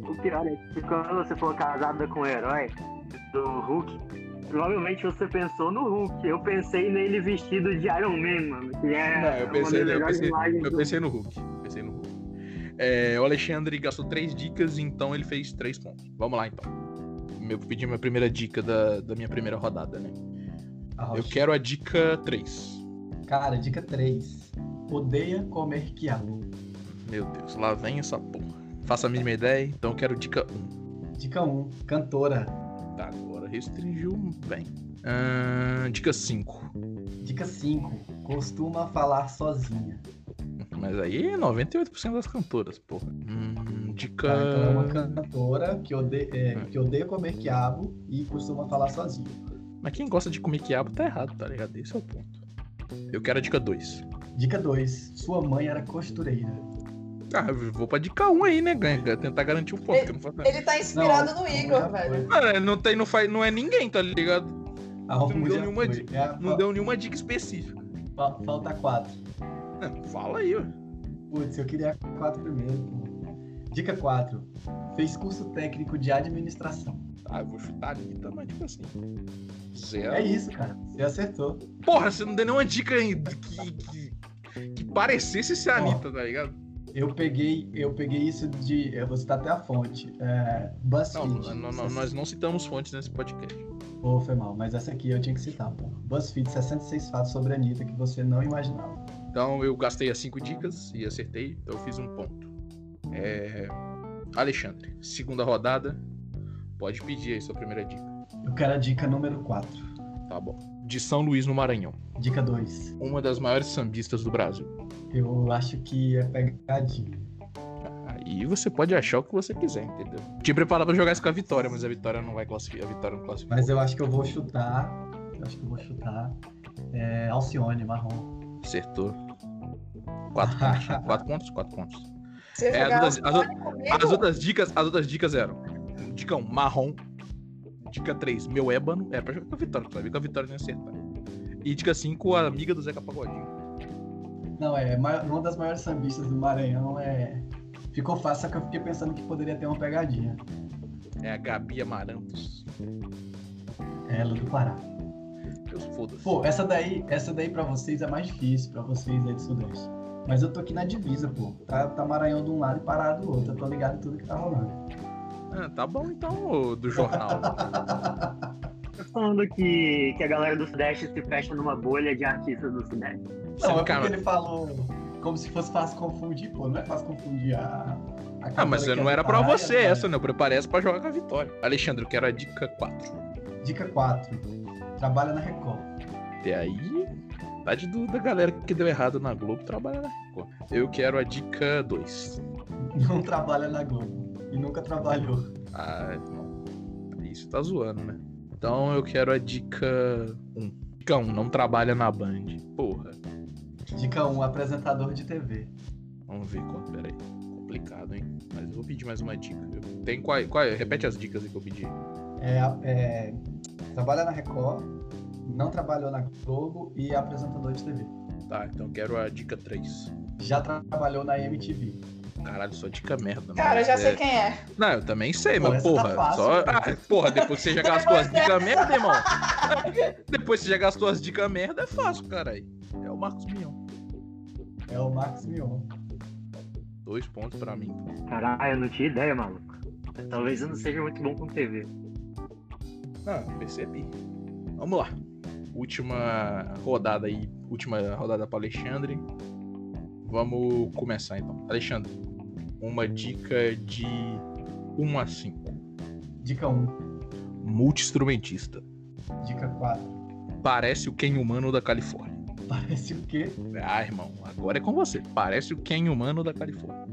Speaker 4: o pior é que quando você for casada com o herói do Hulk, provavelmente você pensou no Hulk. Eu pensei nele vestido de Iron Man, mano. Que é
Speaker 2: Não, eu pensei-
Speaker 4: uma das
Speaker 2: eu
Speaker 4: melhores
Speaker 2: pensei-
Speaker 4: imagens
Speaker 2: Eu
Speaker 4: do-
Speaker 2: pensei no Hulk. Pensei no Hulk. É, o Alexandre gastou três dicas, então ele fez três pontos. Vamos lá, então. Eu pedi minha primeira dica da, da minha primeira rodada, né?
Speaker 3: a Rocha.
Speaker 2: Eu quero a dica 3.
Speaker 3: Cara, dica 3. Odeia comer quiabo.
Speaker 2: Meu Deus, lá vem essa porra. Faça a mínima ideia, então eu quero dica 1.
Speaker 3: Dica 1. Cantora.
Speaker 2: Tá, agora restringiu bem. Ahn, dica 5.
Speaker 3: Dica 5. Costuma falar sozinha.
Speaker 2: Mas aí é 98% das cantoras, porra. Hum, dica.
Speaker 3: Tá? Então é uma cantora que odeia, é, que odeia comer quiabo e costuma falar sozinha.
Speaker 2: Mas quem gosta de comer quiabo tá errado, tá ligado? Esse é o ponto. Eu quero a dica 2.
Speaker 3: Dica 2. Sua mãe era costureira.
Speaker 2: Ah, eu vou pra dica 1 aí, né? Ganha, ganha, tentar garantir um ponto. que eu não é faço nada.
Speaker 5: Ele tá inspirado
Speaker 3: Não,
Speaker 5: no
Speaker 3: a
Speaker 5: Igor,
Speaker 3: mulher
Speaker 5: velho.
Speaker 2: Mano, ele não, tem, não, faz, não é ninguém, tá ligado?
Speaker 3: foi. A Roma
Speaker 2: Não deu
Speaker 3: já
Speaker 2: nenhuma
Speaker 3: foi.
Speaker 2: dica.
Speaker 3: É a
Speaker 2: Não
Speaker 3: fa-
Speaker 2: deu nenhuma dica específica.
Speaker 3: fa- Falta 4.
Speaker 2: Não, fala aí, ó.
Speaker 3: Putz, eu queria a 4 primeiro. pô. Dica 4. Fez curso técnico de administração.
Speaker 2: Ah, eu vou chutar ali, tá? Mas tipo assim. Zero.
Speaker 3: É isso, cara. Você acertou.
Speaker 2: Porra, você não deu nenhuma dica ainda que, que, que parecesse ser a Anitta, tá ligado?
Speaker 3: Eu peguei, eu peguei isso de. Eu vou citar até a fonte. É,
Speaker 2: Não,
Speaker 3: BuzzFeed.
Speaker 2: não, não, nós não citamos fontes nesse podcast.
Speaker 3: Pô, foi mal, mas essa aqui eu tinha que citar, pô. BuzzFeed, 66 fatos sobre a Anitta que você não imaginava.
Speaker 2: Então eu gastei as cinco dicas e acertei, então eu fiz um ponto. É... Alexandre, segunda rodada, pode pedir aí sua primeira dica.
Speaker 3: Eu quero a dica número 4.
Speaker 2: Tá bom. De São Luís, no Maranhão.
Speaker 3: Dica 2.
Speaker 2: Uma das maiores sambistas do Brasil.
Speaker 3: Eu acho que é pegadinha.
Speaker 2: Aí você pode achar o que você quiser, entendeu? Te preparar pra jogar isso com a vitória, mas a vitória não vai classificar. A vitória não classifica.
Speaker 3: Mas eu acho que eu vou chutar. Eu acho que eu vou chutar. É, Alcione, marrom.
Speaker 2: Acertou. Quatro pontos. Quatro pontos? Quatro pontos.
Speaker 5: Você
Speaker 2: É,
Speaker 5: jogar
Speaker 2: as outras- as
Speaker 5: Alcione comigo?
Speaker 2: As outras dicas, as outras dicas eram: dica 1, marrom. Dica 3, meu ébano. É pra jogar com a Vitória, pra saber que a Vitória não ia acertar. E dica 5, a amiga do Zeca Pagodinho.
Speaker 3: Não, é. ma- Uma das maiores sambistas do Maranhão é. Ficou fácil, só que eu fiquei pensando que poderia ter uma pegadinha.
Speaker 2: É a Gabi Amarantos.
Speaker 3: É ela do Pará.
Speaker 2: Meus foda-se.
Speaker 3: Pô, essa daí, essa daí pra vocês é mais difícil, pra vocês aí do Sudeste. Mas eu tô aqui na divisa, pô. Tá, tá Maranhão de um lado e Pará do outro. Eu tô ligado em tudo que tá rolando.
Speaker 2: Ah, tá bom então, ô, do jornal.
Speaker 4: falando que, que a galera do Sudeste se fecha numa bolha de artistas do Sudeste.
Speaker 3: Não, é
Speaker 2: um Cara,
Speaker 3: porque ele falou como se fosse fácil confundir, pô. Não é fácil confundir a. a é
Speaker 2: Ah, mas não era pra você essa,
Speaker 3: né?
Speaker 2: né? Eu preparei essa pra jogar com a Vitória. Alexandre, eu quero a dica 4.
Speaker 3: Dica 4. Trabalha na Record.
Speaker 2: Até aí, metade do, da galera que deu errado na Globo trabalha na Record. Eu quero a dica 2.
Speaker 3: Não trabalha na Globo. E nunca trabalhou.
Speaker 2: Ah, não. Isso tá zoando, né? Então eu quero a dica 1. Dica 1, não trabalha na Band. Porra.
Speaker 3: Dica 1. Apresentador de TV.
Speaker 2: Vamos ver quanto. Pera aí. Complicado, hein? Mas eu vou pedir mais uma dica. Eu- Tem qual, qual- Repete as dicas aí que eu pedi.
Speaker 3: É, é, trabalha na Record. Não trabalhou na Globo e é apresentador de TV.
Speaker 2: Tá, então eu quero a dica 3.
Speaker 3: Já trabalhou na MTV.
Speaker 2: Caralho, só dica merda.
Speaker 5: Cara,
Speaker 2: mas
Speaker 5: já
Speaker 2: é-
Speaker 5: sei quem é.
Speaker 2: Não, eu também sei,
Speaker 3: Pô,
Speaker 2: mas
Speaker 3: essa
Speaker 2: porra.
Speaker 3: tá fácil,
Speaker 2: só...
Speaker 3: né?
Speaker 2: ah, porra, depois que você já gastou as dicas merda, irmão. Depois que você já gastou as dicas merda, é fácil, caralho. É o Marcos Mion.
Speaker 3: É o Max Mion.
Speaker 2: Dois pontos pra mim.
Speaker 4: Caralho, eu não tinha ideia, maluco. Talvez eu não seja muito bom com TV.
Speaker 2: Ah, percebi. Vamos lá. Última rodada aí. Última rodada para Alexandre. Vamos começar então. Alexandre, uma dica de 1 a 5.
Speaker 3: Dica 1,
Speaker 2: Multi-instrumentista.
Speaker 3: dica 4.
Speaker 2: Parece o Ken Humano da Califórnia.
Speaker 3: Parece o quê?
Speaker 2: Ah, irmão, agora é com você. Parece o Ken Humano da Califórnia.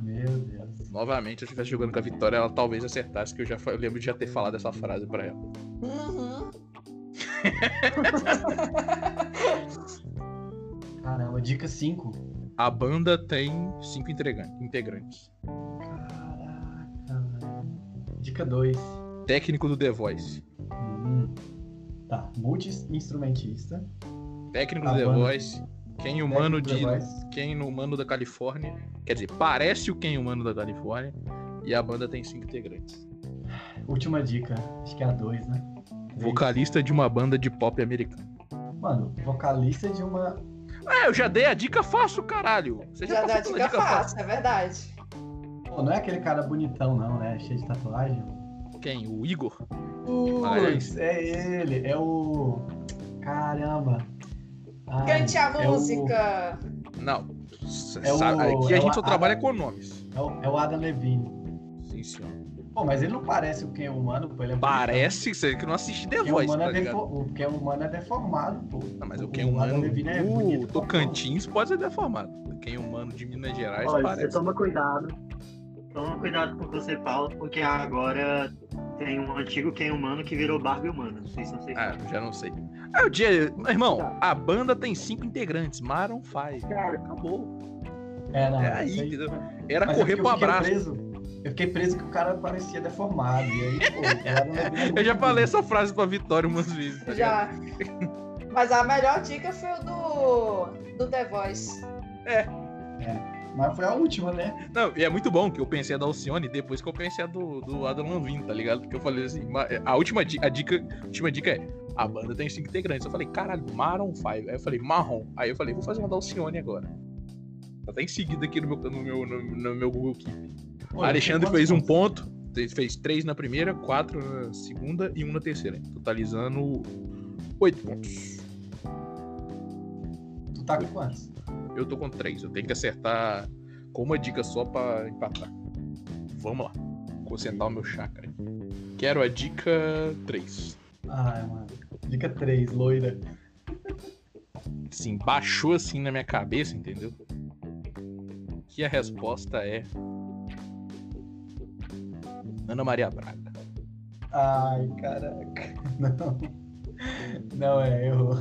Speaker 3: Meu Deus.
Speaker 2: Novamente, se eu estivesse jogando com a Vitória, ela talvez acertasse, que eu já fa- eu lembro de já ter falado essa frase pra ela.
Speaker 5: Uhum.
Speaker 3: Caramba, dica 5.
Speaker 2: A banda tem cinco entregan- integrantes.
Speaker 3: Caraca. velho. Dica 2.
Speaker 2: Técnico do The Voice.
Speaker 3: Tá, multi-instrumentista.
Speaker 2: Técnico
Speaker 3: A
Speaker 2: do The
Speaker 3: banda-
Speaker 2: Voice. Quem humano
Speaker 3: Técnico
Speaker 2: de.
Speaker 3: da voz.
Speaker 2: Quem humano da Califórnia. Quer dizer, parece o quem humano da Califórnia. E a banda tem cinco integrantes.
Speaker 3: Última dica, acho que é a 2, né? Três.
Speaker 2: Vocalista de uma banda de pop americana.
Speaker 3: Mano, vocalista de uma.
Speaker 2: Ah, eu já dei a dica fácil, caralho. Você já,
Speaker 5: Já dá
Speaker 2: tá falando
Speaker 5: dica fácil, é verdade.
Speaker 3: Pô, não é aquele cara bonitão, não, né? Cheio de tatuagem.
Speaker 2: Quem? O Igor?
Speaker 3: Putz, é ele, é o. Caramba.
Speaker 2: Ah,
Speaker 3: Ai,
Speaker 5: Cante a
Speaker 3: é o-
Speaker 5: música.
Speaker 2: Não. S-
Speaker 3: É o-
Speaker 2: sa- Aqui
Speaker 3: é
Speaker 2: a
Speaker 3: o
Speaker 2: gente só
Speaker 3: Adam-
Speaker 2: trabalha com nomes.
Speaker 3: É o, é o Adam Levine.
Speaker 2: Sim, senhor.
Speaker 3: Pô, mas ele não parece o Ken humano, pô. Ele é
Speaker 2: Parece que você que não assiste The
Speaker 3: bonitão. o Ken
Speaker 2: Voice,
Speaker 3: humano
Speaker 2: tá
Speaker 3: é
Speaker 2: ligado?
Speaker 3: defo- O Ken humano é deformado, pô.
Speaker 2: Não, mas
Speaker 3: o-
Speaker 2: o quem
Speaker 3: o Adam
Speaker 2: humano.
Speaker 3: Levine é
Speaker 2: O
Speaker 3: bonito pra
Speaker 2: Tocantins pode ser deformado. Quem é humano de Minas Gerais
Speaker 4: Olha, você
Speaker 3: tá-
Speaker 2: parece.
Speaker 4: toma cuidado. Toma cuidado com o que você fala, porque agora tem um antigo quem humano que virou Barbie humana. Não sei se vocês
Speaker 2: Ah, já não sei. Ah, o dia. Irmão,
Speaker 3: Tá.
Speaker 2: a banda tem cinco integrantes. Maron faz.
Speaker 4: Cara,
Speaker 2: acabou.
Speaker 3: É, não,
Speaker 2: É aí,
Speaker 3: isso
Speaker 2: entendeu? Era
Speaker 3: Mas é
Speaker 2: correr pro
Speaker 3: porque eu fiquei
Speaker 2: abraço.
Speaker 3: Preso, eu fiquei preso que o cara parecia deformado. E aí, pô, o Adam Levine é
Speaker 2: Eu já
Speaker 3: muito
Speaker 2: falei
Speaker 3: bonito.
Speaker 2: essa frase pra Vitória umas vezes. tá ligado?
Speaker 5: Já. Mas a melhor dica foi o do, do The Voice.
Speaker 3: Mas foi a última, né?
Speaker 2: Não, e é muito bom que eu pensei a da Alcione depois que eu pensei a do, do Adam Lanvin, tá ligado? Porque eu falei assim, ma- a última dica, a dica, a última dica é, a banda tem cinco integrantes. Eu falei, caralho, Maron Five. Aí eu falei, Marrom. Aí eu falei, vou fazer uma da Alcione agora. Tá até em seguida aqui no meu, no meu, no, no meu Google Keep.
Speaker 3: Pô,
Speaker 2: Alexandre
Speaker 3: quantos
Speaker 2: fez um
Speaker 3: pontos?
Speaker 2: ponto, te- fez três na primeira, quatro na segunda e um na terceira, totalizando oito pontos.
Speaker 3: Tu tá com quantos?
Speaker 2: Eu tô com três, eu tenho que acertar com uma dica só pra empatar. Vamos lá, concentrar o meu chakra. Quero a dica 3.
Speaker 3: Ai, mano. Dica 3, loira.
Speaker 2: Sim, baixou assim na minha cabeça, entendeu? Que a resposta é. Ana Maria Braga.
Speaker 3: Ai, caraca. Não. Não, é, errou.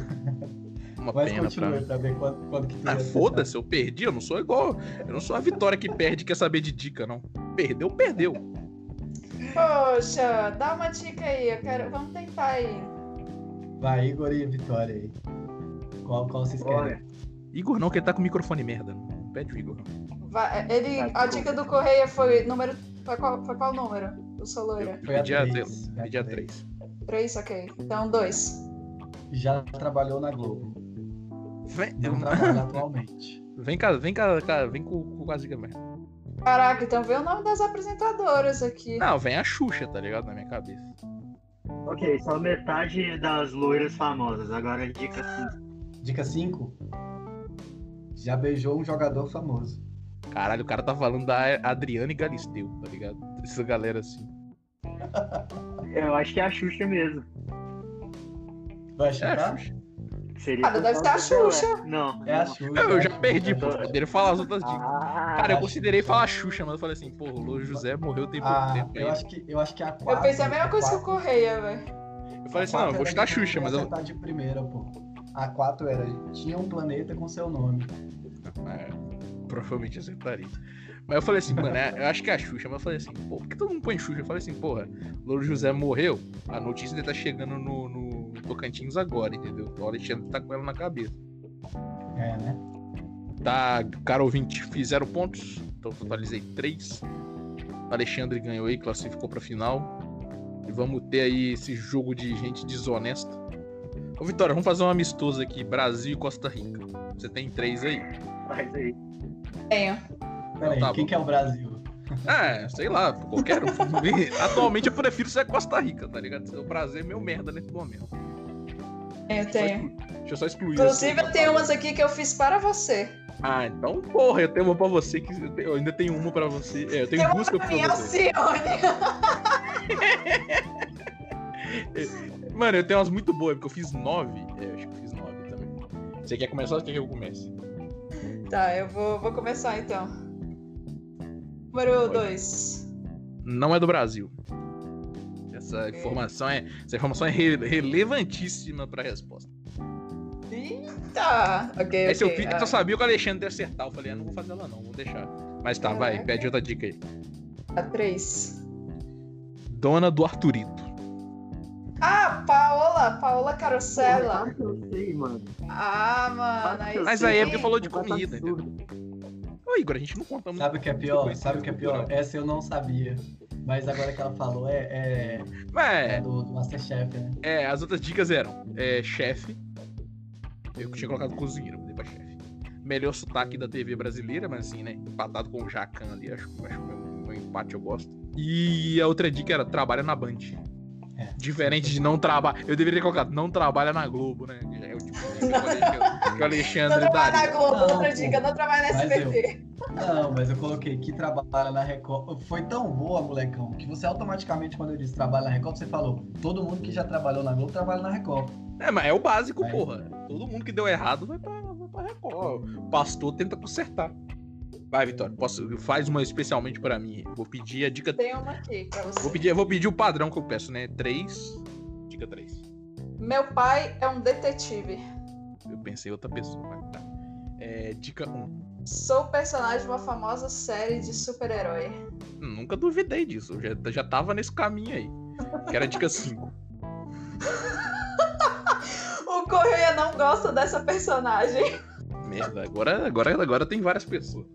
Speaker 2: Uma
Speaker 3: Mas
Speaker 2: pena pra mim.
Speaker 3: continua tá pra ver quando, quando que tu
Speaker 2: Ah,
Speaker 3: ia
Speaker 2: foda-se, eu perdi, eu não sou igual. Eu não sou a Vitória que perde e quer saber de dica, não. Perdeu, perdeu.
Speaker 5: Poxa, dá uma dica aí. Eu quero... Vamos tentar aí.
Speaker 3: acertar. Vai, Igor e Vitória aí. Qual, qual vocês querem?
Speaker 4: olha,
Speaker 2: Igor não, que ele tá com o microfone merda. Não pede o Igor, não.
Speaker 5: Vai- é, ele, a dica do Correia foi número. Foi qual, foi qual número? Eu sou
Speaker 2: Eu
Speaker 5: loira.
Speaker 2: eu pedi a
Speaker 3: três,
Speaker 2: 3.
Speaker 3: foi a
Speaker 2: Pedi a
Speaker 3: três.
Speaker 2: 3.
Speaker 5: Três, ok. Então, dois.
Speaker 3: Já trabalhou na Globo.
Speaker 2: Vem,
Speaker 3: Não trabalha atualmente.
Speaker 2: vem cá, vem cá, cá, vem com, com a zica merda.
Speaker 5: Caraca, então vê o nome das apresentadoras aqui.
Speaker 2: Não, vem a Xuxa, tá ligado? Na minha cabeça.
Speaker 4: ok, só metade das loiras famosas. Agora a dica assim.
Speaker 3: Dica 5. Já beijou um jogador famoso.
Speaker 2: Caralho, o cara tá falando da Adriane Galisteu, tá ligado? Essa galera assim.
Speaker 4: Eu acho que é a Xuxa mesmo.
Speaker 3: Vai
Speaker 2: É a
Speaker 3: chutar?
Speaker 2: Xuxa.
Speaker 4: Seria
Speaker 5: Ah, deve ser a Xuxa.
Speaker 4: Não.
Speaker 3: É a Xuxa.
Speaker 2: Eu
Speaker 3: é
Speaker 2: já
Speaker 3: a
Speaker 2: perdi, pô.
Speaker 3: Xuxa.
Speaker 2: Poderia falar as outras dicas.
Speaker 4: Ah,
Speaker 2: Cara, eu
Speaker 3: acho
Speaker 2: considerei
Speaker 3: que-
Speaker 2: falar Xuxa, mas eu falei assim, pô, o Lô José morreu tem pouco
Speaker 3: Ah,
Speaker 2: tempo. aí.
Speaker 3: eu acho que eu acho que a 4.
Speaker 5: Eu pensei a mesma coisa que o Correia, velho.
Speaker 2: Eu falei assim, não, eu vou chutar Xuxa, mas eu,
Speaker 3: de primeira, pô. A 4 era tinha um planeta com seu nome.
Speaker 2: É, provavelmente acertaria. Mas eu falei assim, mano, é- eu acho que é a Xuxa, mas eu falei assim, pô, por que todo mundo põe Xuxa? Eu falei assim, porra, Louro José morreu, a notícia dele tá chegando no, no Tocantins agora, entendeu? Então o Alexandre tá com ela na cabeça.
Speaker 3: É, né?
Speaker 2: Tá, cara ouvinte, fiz zero pontos. Então totalizei três. Alexandre ganhou aí, classificou pra final. E vamos ter aí esse jogo de gente desonesta. Ô Vitória, vamos fazer um amistoso aqui, Brasil e Costa Rica. Você tem três aí.
Speaker 4: Faz aí.
Speaker 5: Tenho.
Speaker 3: Peraí,
Speaker 2: Tá bom.
Speaker 3: quem que é o Brasil?
Speaker 2: É, sei lá, qualquer um. Atualmente eu prefiro ser Costa Rica, tá ligado? O Brasil é meu merda nesse momento.
Speaker 5: Eu tenho.
Speaker 2: Deixa eu só excluir.
Speaker 5: Inclusive,
Speaker 2: essa-
Speaker 5: eu tenho umas aqui que eu fiz para você.
Speaker 2: Ah, então, porra, eu tenho uma pra você que eu, tenho- eu ainda tenho uma pra você. É, eu tenho
Speaker 5: Tem
Speaker 2: duas que eu
Speaker 5: pra
Speaker 2: fiz
Speaker 5: mim,
Speaker 2: pra você.
Speaker 5: Alcione. assim.
Speaker 2: Mano, eu tenho umas muito boas, porque eu fiz nove. É, eu acho que eu fiz nove também. Você quer começar ou quer que eu comece?
Speaker 5: Tá, eu vou, vou começar então. Número
Speaker 2: Pode.
Speaker 5: 2.
Speaker 2: Não é do Brasil. Essa informação é, essa informação é re- relevantíssima pra resposta.
Speaker 5: Eita! Ok,
Speaker 2: Essa eu,
Speaker 5: ok,
Speaker 2: fiz,
Speaker 5: ah.
Speaker 2: essa eu sabia que o Alexandre ia acertar. Eu falei, eu não vou fazer ela não, vou deixar. Mas tá, vai,
Speaker 5: Caraca.
Speaker 2: pede outra dica aí.
Speaker 5: A 3.
Speaker 2: Dona do Arturito.
Speaker 5: Ah, Paola! Paola Carosella.
Speaker 4: Eu sei, mano.
Speaker 5: Ah, mano. Aí
Speaker 2: Mas
Speaker 5: sim.
Speaker 2: aí é porque falou de
Speaker 4: Negócio
Speaker 2: comida,
Speaker 4: absurdo.
Speaker 2: Ô, Igor, a gente não conta muito.
Speaker 3: Sabe o que é pior? Sabe o que é pior? Essa eu não sabia. Mas agora que ela falou, é, é- é
Speaker 2: É,
Speaker 3: do, do Masterchef, né?
Speaker 2: é, as outras dicas eram é, chefe. Eu tinha colocado cozinheiro, mudei pra chefe. Melhor sotaque da TV brasileira, mas assim, né? Empatado com o Jacan ali, acho, acho que meu, meu empate eu gosto. E a outra dica era trabalha na Band.
Speaker 3: É.
Speaker 2: Diferente de não trabalha. Eu deveria ter colocado não trabalha na Globo, né? Que É o tipo de dica que o Alexandre- que o
Speaker 5: Não
Speaker 2: Alexandre
Speaker 5: trabalha na
Speaker 2: daria.
Speaker 5: Globo,
Speaker 3: Não,
Speaker 5: outra
Speaker 3: pô.
Speaker 5: dica, não trabalha na
Speaker 3: Mas
Speaker 5: SBT.
Speaker 3: Não, mas eu coloquei que trabalha na Record. Foi tão boa, molecão, que você automaticamente, quando eu disse trabalha na Record, você falou: todo mundo que já trabalhou na Globo trabalha na Record.
Speaker 2: É, mas é o básico,
Speaker 3: Vai.
Speaker 2: porra. Todo mundo que deu errado vai pra, vai pra Record. O pastor tenta consertar. Vai, Vitória, posso, faz uma especialmente pra mim. Vou pedir a dica.
Speaker 5: Tem uma aqui pra você.
Speaker 2: Vou pedir, vou pedir o padrão que eu peço, né? Três. Dica três.
Speaker 5: Meu pai é um detetive.
Speaker 2: Eu pensei em outra pessoa, mas tá. É, dica um.
Speaker 5: Sou personagem de uma famosa série de super-herói.
Speaker 2: Nunca duvidei disso. Eu já, já tava nesse caminho aí. Que era a dica cinco.
Speaker 5: O Correia não gosta dessa personagem.
Speaker 2: Merda, agora, agora, agora tem várias pessoas.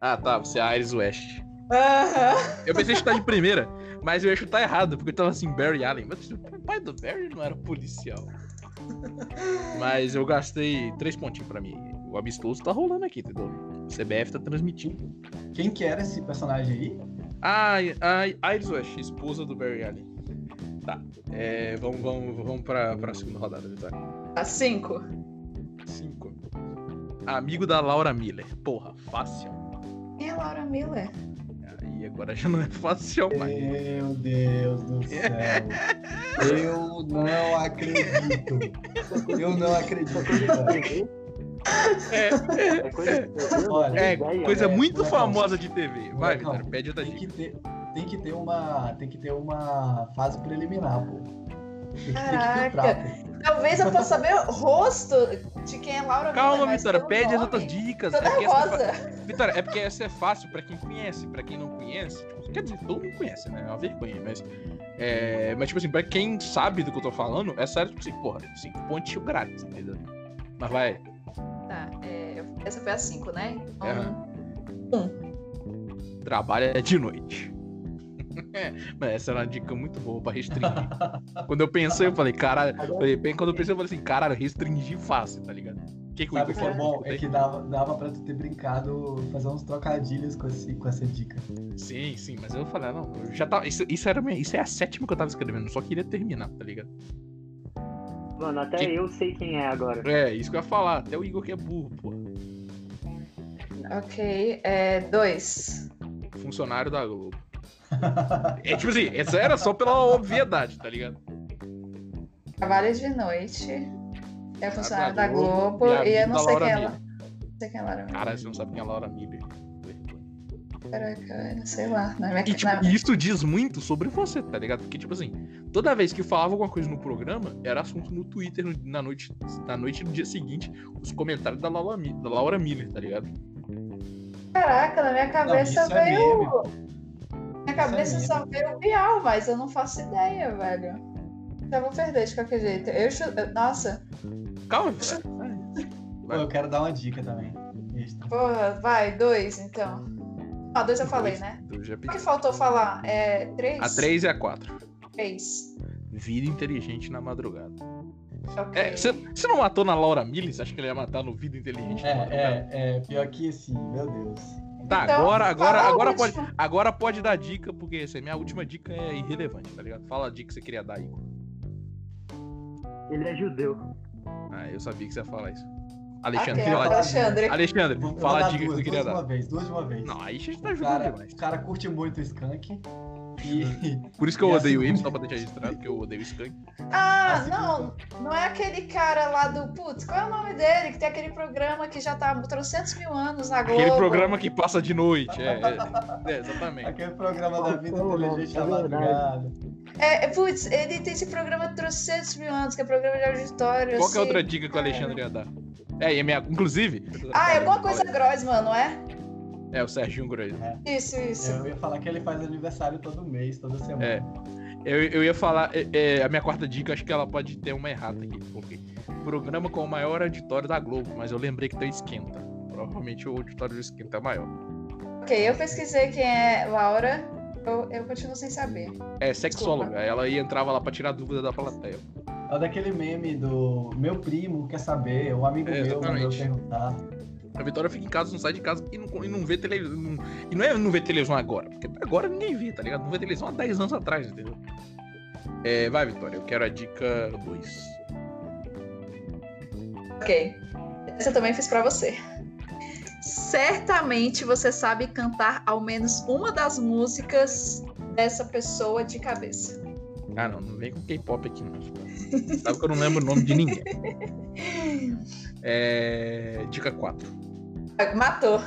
Speaker 2: Ah, tá. Você é a Iris West.
Speaker 5: Aham.
Speaker 2: Eu pensei em chutar de primeira, mas eu ia chutar errado, porque eu tava assim, Barry Allen. Mas o pai do Barry não era policial. Mas eu gastei três pontinhos pra mim. O amistoso tá rolando aqui, entendeu? O CBF tá transmitindo.
Speaker 3: Quem que era esse personagem aí?
Speaker 2: Ai, ai, Iris West, esposa do Barry Allen. Tá. É, vamos, vamos, vamos pra, pra segunda rodada, Vitória.
Speaker 5: A 5.
Speaker 2: Cinco. Amigo da Laura Miller. Porra, fácil.
Speaker 5: Quem é Laura Miller?
Speaker 2: Aí agora já não é fácil mais.
Speaker 3: Meu Deus do céu. Eu não acredito. Eu não acredito.
Speaker 2: É,
Speaker 4: É coisa de TV,
Speaker 3: Olha,
Speaker 2: é,
Speaker 4: Ideia,
Speaker 2: coisa
Speaker 3: né?
Speaker 2: muito
Speaker 3: Molecão.
Speaker 2: famosa de TV. Vai,
Speaker 3: Molecão.
Speaker 2: Vitória, pede outra
Speaker 3: Tem
Speaker 2: dica.
Speaker 3: que ter, tem que ter uma, tem que ter uma fase preliminar, pô. Tem que, um tem que filtrar,
Speaker 5: Caraca.
Speaker 3: pô.
Speaker 5: Talvez eu possa saber o rosto de quem é Laura Miller.
Speaker 2: Calma,
Speaker 5: mas
Speaker 2: Vitória,
Speaker 5: pelo
Speaker 2: pede as
Speaker 5: nome,
Speaker 2: outras dicas.
Speaker 5: Tô
Speaker 2: É porque essa-
Speaker 5: nervosa.
Speaker 2: Vitória, é porque essa é fácil pra quem conhece, pra quem não conhece. tipo, quer dizer, todo mundo conhece, né? É uma vergonha, mas. é, mas, tipo assim, pra quem sabe do que eu tô falando, essa era, tipo assim, porra, assim, ponte grátis, entendeu? Mas vai.
Speaker 5: Tá, é, essa foi a 5, né? Então,
Speaker 2: Aham. Trabalha de noite. Mas essa era uma dica muito boa pra restringir. quando eu pensei, eu falei, caralho. eu Falei, bem, quando eu pensei, eu falei assim, caralho, restringir fácil, tá ligado? O que, que o Igor
Speaker 3: Sabe o que é
Speaker 2: falou?
Speaker 3: bom? É que dava, dava pra tu ter brincado, fazer uns trocadilhos com, esse, com essa dica.
Speaker 2: Sim, sim, mas eu falei, ah, não, eu já tava. Isso, isso, era, minha- isso é a sétima que eu tava escrevendo, só queria terminar, tá ligado?
Speaker 4: Mano, até
Speaker 2: Que-
Speaker 4: eu sei quem é agora.
Speaker 2: É, isso que eu ia falar, até o Igor que é burro, pô.
Speaker 5: Ok, é 2.
Speaker 2: Funcionário da Globo. É tipo assim, essa era só pela obviedade, tá ligado?
Speaker 5: Trabalha de noite. É funcionário
Speaker 2: da
Speaker 5: da
Speaker 2: Globo
Speaker 5: Globo.
Speaker 2: e a
Speaker 5: E, eu não
Speaker 2: vida
Speaker 5: sei
Speaker 2: Laura
Speaker 5: quem é ela.
Speaker 2: Miller.
Speaker 5: Não sei quem é Laura Miller.
Speaker 2: Caralho, você não sabe quem é a Laura Miller. Vergonha.
Speaker 5: Caraca, eu não sei lá. Na É minha
Speaker 2: E tipo,
Speaker 5: na-
Speaker 2: isso diz muito sobre você, tá ligado? Porque, tipo assim, toda vez que falava alguma coisa no programa, era assunto no Twitter no- na noite, na noite do dia seguinte, os comentários da Laura, Mi- da Laura Miller, tá ligado?
Speaker 5: Caraca, na minha cabeça
Speaker 3: isso é
Speaker 5: veio.
Speaker 3: meme, pô.
Speaker 5: na minha cabeça
Speaker 3: meme.
Speaker 5: só veio o Bial, mas eu não faço ideia, velho. Já vou perder de qualquer jeito. Eu chu... Nossa,
Speaker 2: Calma, velho.
Speaker 3: Pô, eu quero dar uma dica também. Extra.
Speaker 5: Porra, vai, dois então. Ah, dois eu falei, né?
Speaker 2: Eu então, já
Speaker 5: O que
Speaker 2: pedi.
Speaker 5: faltou falar? É três?
Speaker 2: A 3 e a 4.
Speaker 5: Três.
Speaker 2: Vida inteligente na madrugada.
Speaker 5: Ok.
Speaker 2: É, você você não matou na Laura Millis? Acho que ele ia matar no Vida Inteligente na madrugada.
Speaker 3: É, é, é, pior que assim, meu Deus.
Speaker 2: Tá,
Speaker 5: Então,
Speaker 2: agora, agora,
Speaker 5: fala a
Speaker 2: agora, pode,
Speaker 5: última.
Speaker 2: agora pode dar dica, porque essa minha última dica é irrelevante, tá ligado? Fala a dica que você queria dar, Igor.
Speaker 4: Ele é judeu.
Speaker 2: Ah, eu sabia que você ia falar isso. Alexandre,
Speaker 5: Até,
Speaker 2: fala a dica.
Speaker 5: Alexandre.
Speaker 2: Alexandre,
Speaker 3: Vou- eu vou
Speaker 2: fala
Speaker 3: dar
Speaker 2: a dica que
Speaker 3: duas,
Speaker 2: você queria
Speaker 3: duas de
Speaker 2: dar.
Speaker 3: uma vez, duas de uma vez.
Speaker 2: Não, aí a gente tá
Speaker 3: o,
Speaker 2: ajudando
Speaker 3: cara,
Speaker 2: demais.
Speaker 3: o cara curte muito o skunk. E
Speaker 2: Por isso que eu
Speaker 3: E assim, a
Speaker 2: odeio ele,
Speaker 3: segunda-
Speaker 2: só pra deixar registrado, porque eu odeio o Skank.
Speaker 5: Ah,
Speaker 3: a
Speaker 5: não, não é aquele cara lá do. Putz, qual é o nome dele? Que tem aquele programa que já tá há 300 mil anos na Globo.
Speaker 2: Aquele programa que passa de noite, é. é, é, exatamente.
Speaker 3: aquele programa da vida
Speaker 4: Pô,
Speaker 3: inteligente da
Speaker 4: é verdade.
Speaker 3: madrugada.
Speaker 5: É, é, putz, ele tem esse programa há 300 mil anos, que é programa de auditório.
Speaker 2: Qual que é a
Speaker 5: assim.
Speaker 2: outra dica que o Alexandre ia dar? É, e a minha, inclusive.
Speaker 5: Ah, é alguma coisa Grossman, não é?
Speaker 2: É, o Serginho Grosso.
Speaker 5: Isso, isso.
Speaker 4: É.
Speaker 3: Eu ia falar que ele faz aniversário todo mês, toda semana.
Speaker 2: É. Eu, eu ia falar, é, é, a minha quarta dica, acho que ela pode ter uma errata aqui. Porque programa com o maior auditório da Globo, mas eu lembrei que tem o esquenta. Provavelmente o auditório do esquenta é maior.
Speaker 5: Ok, eu pesquisei quem é Laura. Eu, eu continuo sem saber.
Speaker 2: É sexóloga, ela ia entrava lá pra tirar dúvida da plateia.
Speaker 3: É daquele meme do meu primo quer saber, o amigo
Speaker 2: É,
Speaker 3: meu mandou
Speaker 2: exatamente.
Speaker 3: perguntar.
Speaker 2: A Vitória fica em casa, não sai de casa e não, e não vê televisão. não- E não é não vê televisão agora, porque agora ninguém vê, tá ligado? Não vê televisão há 10 anos atrás, entendeu? É, vai, Vitória, eu quero a dica 2.
Speaker 5: Ok. Essa eu também fiz pra você. Certamente você sabe cantar ao menos uma das músicas dessa pessoa de cabeça.
Speaker 2: Ah, não, não vem com K-pop aqui, não. Sabe que eu não lembro o nome de ninguém. É, dica 4.
Speaker 5: Matou.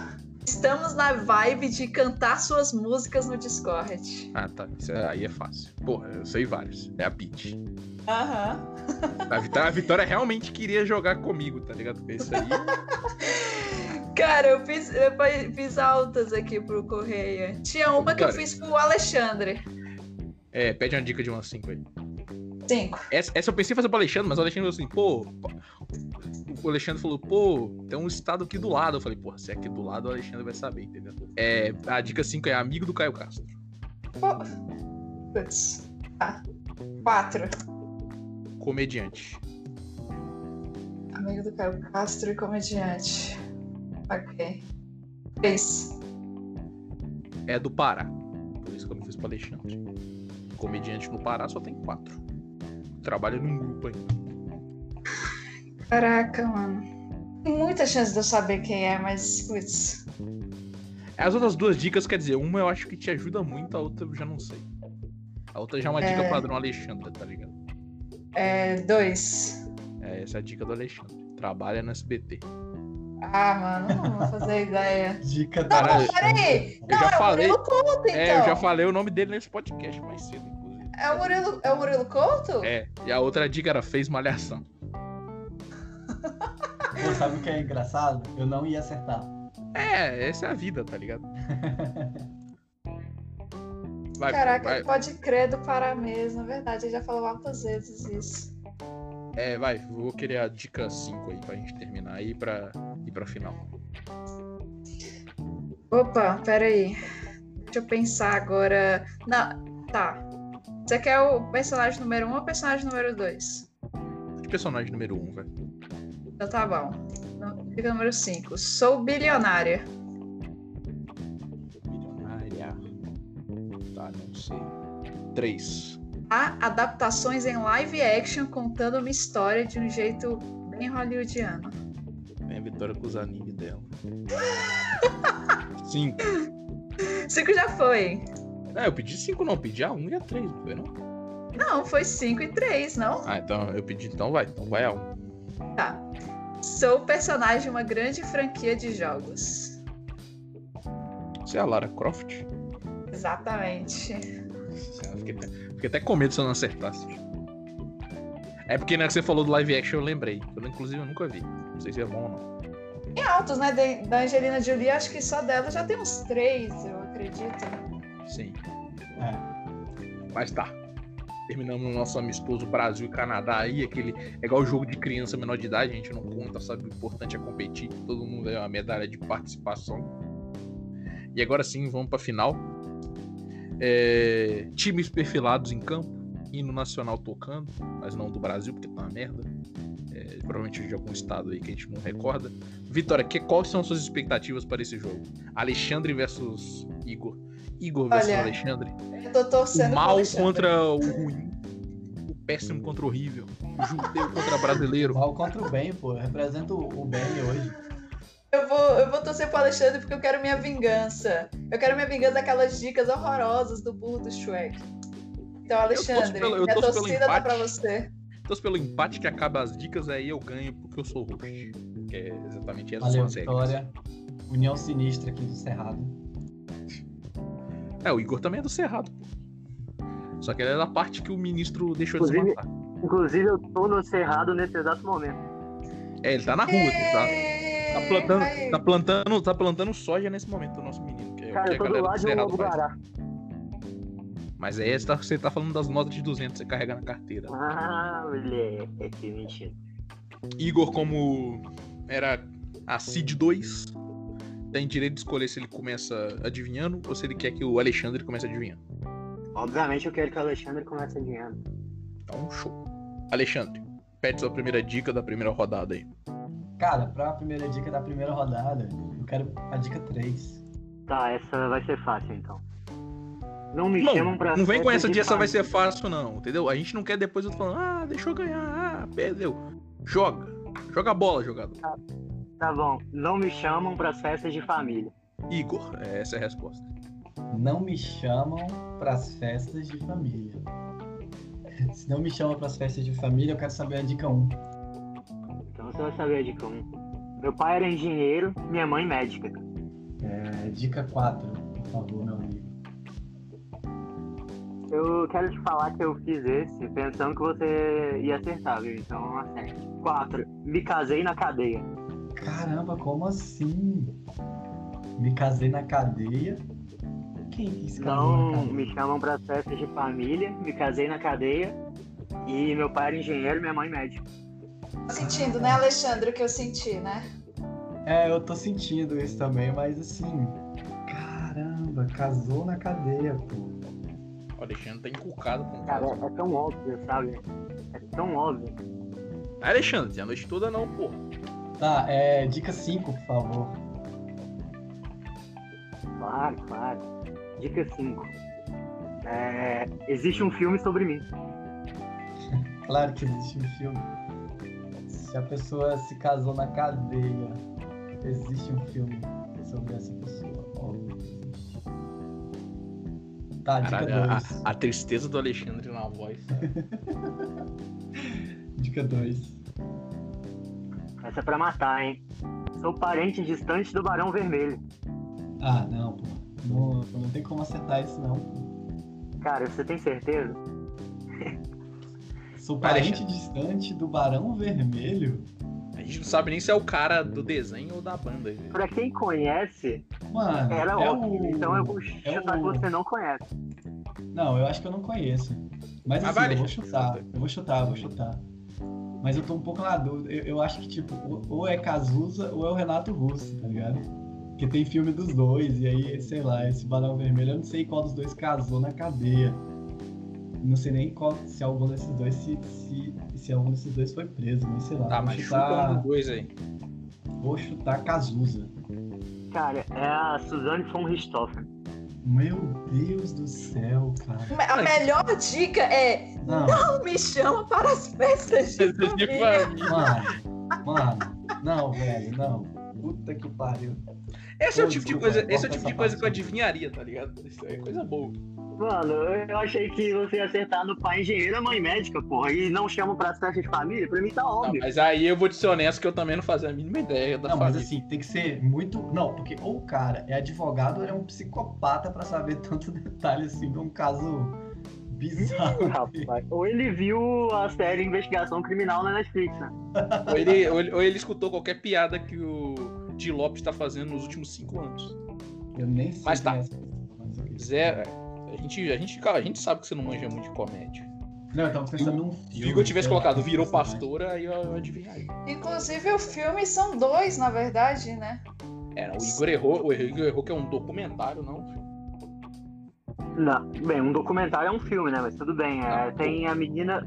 Speaker 5: Estamos na vibe de cantar suas músicas no Discord.
Speaker 2: Ah, tá. Isso é- aí é fácil. Porra, eu sei vários. É a Peach.
Speaker 5: Aham.
Speaker 2: A Vitória, a Vitória realmente queria jogar comigo, tá ligado? Porque Isso aí.
Speaker 5: Cara, eu fiz, eu fiz altas aqui pro Correia. Tinha uma que eu
Speaker 2: Cara.
Speaker 5: fiz pro Alexandre.
Speaker 2: É, pede uma dica de umas 5 aí.
Speaker 5: Cinco.
Speaker 2: Essa, essa eu pensei em fazer pro Alexandre, mas o Alexandre falou assim, pô. pa- O Alexandre falou, pô, tem um estado aqui do lado. Eu falei, porra, se é aqui do lado, o Alexandre vai saber, entendeu? É, a dica 5 é amigo do Caio Castro.
Speaker 5: Pô. Putz. Tá. Quatro.
Speaker 2: Comediante.
Speaker 5: Amigo do Caio Castro e comediante. Ok. Três.
Speaker 2: é do Pará. Por isso que eu não fiz pra Alexandre. Comediante no Pará só tem quatro. Trabalha num grupo ainda.
Speaker 5: Caraca, mano. Tem muita chance de eu saber quem é, mas putz.
Speaker 2: As outras duas dicas, quer dizer, uma eu acho que te ajuda muito, a outra eu já não sei. A outra já é uma dica
Speaker 5: É.
Speaker 2: padrão Alexandre, tá ligado?
Speaker 5: É, dois.
Speaker 2: É, essa é a dica do Alexandre. Trabalha no SBT.
Speaker 5: Ah, mano, não vou fazer ideia.
Speaker 3: Dica da
Speaker 5: Não,
Speaker 2: Caralho.
Speaker 5: não, peraí!
Speaker 2: Eu já
Speaker 5: Não, é o
Speaker 2: falei.
Speaker 5: Murilo Couto, então.
Speaker 2: É, eu já falei o nome dele nesse podcast mais cedo, inclusive.
Speaker 5: É o Murilo, é o Murilo Couto?
Speaker 2: É, e a outra dica era fez malhação.
Speaker 3: Pô, sabe o que é engraçado? Eu não ia acertar.
Speaker 2: É, essa é a vida, tá ligado? Vai,
Speaker 5: Caraca,
Speaker 2: vai,
Speaker 5: pode crer do Pará mesmo, é verdade. Ele já falou altas vezes isso.
Speaker 2: É, vai, vou querer a dica 5 aí pra gente terminar aí pra ir pra final.
Speaker 5: Opa, peraí. Deixa eu pensar agora. Não, tá. Você quer o personagem número 1 um ou o personagem número 2?
Speaker 2: De personagem número 1, um, velho.
Speaker 5: Então tá bom. Então, Dica número 5. Sou bilionária.
Speaker 2: Milionária. Tá, não sei. 3.
Speaker 5: Há adaptações em live action contando uma história de um jeito bem hollywoodiano.
Speaker 2: Vem a vitória com os animes dela. 5.
Speaker 5: 5 já foi.
Speaker 2: Ah, eu pedi 5 não, eu pedi a 1 um e a 3, não foi não?
Speaker 5: Não, foi 5 e 3, não?
Speaker 2: Ah, então eu pedi, então vai, então vai a 1. Um.
Speaker 5: Tá. Sou personagem de uma grande franquia de jogos.
Speaker 2: Você é a Lara Croft?
Speaker 5: Exatamente.
Speaker 2: Cara, fiquei, até, fiquei até com medo se eu não acertasse. É porque na hora que você falou do live action eu lembrei. Eu, inclusive eu nunca vi. Não sei se é bom ou não.
Speaker 5: Tem altos, né? de- Da Angelina Jolie, acho que só dela já tem uns três, eu acredito.
Speaker 2: Sim.
Speaker 3: É.
Speaker 2: Mas tá. terminamos o nosso amistoso Brasil e Canadá aí, aquele é igual jogo de criança menor de idade, a gente não conta, sabe? O importante é competir, todo mundo ganhou uma medalha de participação. E agora sim, vamos pra final. É, times perfilados em campo, hino nacional tocando, mas não do Brasil, porque tá uma merda. É, provavelmente de algum estado aí que a gente não recorda. Vitória, que, quais são suas expectativas para esse jogo? Alexandre versus Igor. Igor versus
Speaker 5: Olha,
Speaker 2: Alexandre.
Speaker 5: Eu tô
Speaker 2: O
Speaker 5: torcendo pro
Speaker 2: mal
Speaker 5: Alexandre.
Speaker 4: né?
Speaker 2: contra o ruim. O péssimo contra o horrível. O judeu contra o brasileiro.
Speaker 3: Mal contra o bem, pô. Representa o o bem hoje.
Speaker 5: Eu vou, eu vou torcer pro Alexandre porque eu quero minha vingança. Eu quero minha vingança daquelas dicas horrorosas do burro do Shrek. Então,
Speaker 2: torço
Speaker 5: Alexandre,
Speaker 2: pelo- eu
Speaker 5: minha
Speaker 2: torço pelo
Speaker 5: torcida tá
Speaker 2: empate.
Speaker 5: pra você.
Speaker 2: Então, pelo empate que acaba as dicas, aí eu ganho porque eu sou roxo. Que é exatamente essa
Speaker 3: Valeu,
Speaker 2: sua série.
Speaker 3: Vitória. União Sinistra aqui do Cerrado.
Speaker 2: É, o Igor também é do Cerrado. pô. Só que ele é da parte que o ministro deixou de se
Speaker 4: Inclusive-
Speaker 2: matar.
Speaker 4: Inclusive, eu tô no Cerrado nesse exato momento.
Speaker 2: É, ele tá na rua, ele tá,
Speaker 5: Êêê,
Speaker 2: tá plantando,
Speaker 5: vai.
Speaker 2: tá, plantando, tá plantando soja nesse momento, o nosso menino. Que é o
Speaker 4: Cara, eu
Speaker 2: que a
Speaker 4: tô do
Speaker 2: galera do
Speaker 4: lado de um
Speaker 2: Cerrado
Speaker 4: lobo
Speaker 2: faz.
Speaker 4: guará.
Speaker 2: Mas aí você tá, você tá falando das notas de 200 que você carrega na carteira.
Speaker 4: Ah, moleque, mentira.
Speaker 2: Igor, como era a Cid 2, tem direito de escolher se ele começa adivinhando ou se ele quer que o Alexandre comece adivinhando.
Speaker 4: Obviamente, eu quero que o Alexandre comece ganhando.
Speaker 2: Então, show. Alexandre, pede sua primeira dica da primeira rodada aí.
Speaker 3: Cara, pra primeira dica da primeira rodada, eu quero a dica 3.
Speaker 4: Tá, essa vai ser fácil, então. Não me chamam
Speaker 2: Não,
Speaker 4: pra.
Speaker 2: não vem com
Speaker 4: festa
Speaker 2: essa
Speaker 4: de
Speaker 2: de essa vai
Speaker 4: família.
Speaker 2: ser fácil, não, entendeu? A gente não quer depois eu falando, ah, deixa eu ganhar, ah, perdeu. Joga. Joga a bola, jogador.
Speaker 4: Tá bom. Não me chamam pras festas de família.
Speaker 2: Igor, essa é a resposta.
Speaker 3: Não me chamam pras festas de família. Se não me chamam pras festas de família, eu quero saber a dica 1.
Speaker 4: Então você vai saber a dica 1. Meu pai era engenheiro, minha mãe médica.
Speaker 3: É, dica 4, por favor, meu amigo.
Speaker 4: Eu quero te falar que eu fiz esse pensando que você ia acertar, viu? Então acerte. 4. Me casei na cadeia.
Speaker 3: Caramba, como assim? Me casei na cadeia? Quem que se casou na
Speaker 4: Não
Speaker 3: cadeia?
Speaker 4: Então, me chamam pra festas de família, me casei na cadeia. E meu pai era engenheiro, minha mãe médica.
Speaker 5: Tá sentindo, né, Alexandre, o que eu senti, né?
Speaker 3: É, eu tô sentindo isso também, mas assim. Caramba, casou na cadeia, pô.
Speaker 2: O Alexandre tá inculcado com o
Speaker 4: Cara,
Speaker 2: caso.
Speaker 4: é tão óbvio, sabe? É tão óbvio.
Speaker 2: Alexandre, a noite toda não, pô.
Speaker 3: Tá, é. Dica 5, por favor.
Speaker 4: Claro, claro. Dica 5. É, existe um filme sobre mim.
Speaker 3: Claro que existe um filme. Se a pessoa se casou na cadeia, existe um filme sobre essa pessoa. Óbvio. que existe. Tá, dica
Speaker 2: Caralho, ah. a,
Speaker 3: 2.
Speaker 2: a tristeza do Alexandre na voz.
Speaker 3: Dica 2.
Speaker 4: Essa é pra matar, hein? Sou parente distante do Barão Vermelho.
Speaker 3: Ah, não, pô. Não, não tem como acertar isso, não.
Speaker 4: Cara, você tem certeza?
Speaker 3: Sou
Speaker 2: Vai,
Speaker 3: parente distante do Barão Vermelho?
Speaker 2: A gente não sabe nem se é o cara do desenho ou da banda. velho.
Speaker 4: Pra quem conhece,
Speaker 3: Mano,
Speaker 4: era
Speaker 3: é
Speaker 4: óbvio.
Speaker 3: o...
Speaker 4: Então eu vou
Speaker 3: é
Speaker 4: chutar
Speaker 3: o-
Speaker 4: que você não conhece.
Speaker 3: Não, eu acho que eu não conheço. Mas
Speaker 2: Ah,
Speaker 3: assim,
Speaker 2: vai,
Speaker 3: eu vou
Speaker 2: Alexandre,
Speaker 3: chutar.
Speaker 2: chuta.
Speaker 3: Eu vou chutar, eu vou chutar. Mas eu tô um pouco na dúvida. Eu, eu acho que, tipo, ou- ou é Cazuza ou é o Renato Russo, tá ligado? Porque tem filme dos dois, e aí, sei lá, esse Barão Vermelho, eu não sei qual dos dois casou na cadeia. Não sei nem qual, se algum desses dois se, se, se algum desses dois foi preso, mas sei lá.
Speaker 2: Tá,
Speaker 3: vou
Speaker 2: mas chuta um
Speaker 3: chutar,
Speaker 2: dos dois aí.
Speaker 3: vou chutar Cazuza.
Speaker 4: Cara, é a Suzanne von Richthofen.
Speaker 3: Meu Deus do céu, cara.
Speaker 5: A melhor dica é
Speaker 3: Não,
Speaker 5: não me chama para as festas
Speaker 2: é
Speaker 5: de
Speaker 2: tipo
Speaker 5: família.
Speaker 3: mano. Mano. Não, velho, não. Puta que pariu.
Speaker 2: Esse é o tipo de coisa,
Speaker 3: Desculpa,
Speaker 2: esse é o
Speaker 3: corta
Speaker 2: tipo de
Speaker 3: essa
Speaker 2: coisa que eu
Speaker 3: parte.
Speaker 2: adivinharia, tá ligado? Isso é coisa boa.
Speaker 4: Mano, eu achei que você ia acertar no pai engenheiro, a mãe médica, porra. E não chamam pra festa de família? Pra mim tá
Speaker 2: Tá,
Speaker 4: óbvio.
Speaker 2: mas aí eu vou te ser honesto que eu também não fazia a mínima ideia da
Speaker 3: Não, mas
Speaker 2: família.
Speaker 3: assim, tem que ser muito. Não, porque ou o cara é advogado ou ele é um psicopata pra saber tanto detalhe assim de um caso bizarro.
Speaker 4: Rapaz, ou ele viu a série Investigação Criminal na Netflix, né?
Speaker 2: ou, ele, ou, ele, ou ele escutou qualquer piada que o Di Lopes tá fazendo nos últimos cinco anos.
Speaker 3: Eu nem sei.
Speaker 2: Mas tá.
Speaker 3: quem é essa pessoa, mas ok.
Speaker 2: Zé, a gente, a gente, cara, a gente sabe que você não manja muito de comédia.
Speaker 3: Não, eu tava pensando num filme.
Speaker 2: Vigo tivesse
Speaker 3: sei lá,
Speaker 2: colocado
Speaker 3: que
Speaker 2: virou
Speaker 3: personagem.
Speaker 2: pastora, aí eu adivinharia.
Speaker 5: Inclusive, o filme são dois, na verdade, né?
Speaker 2: É, não, o Igor errou, o Igor errou que é um documentário, não.
Speaker 4: Não, bem, um documentário é um filme, né? Mas tudo bem. é, tem a menina.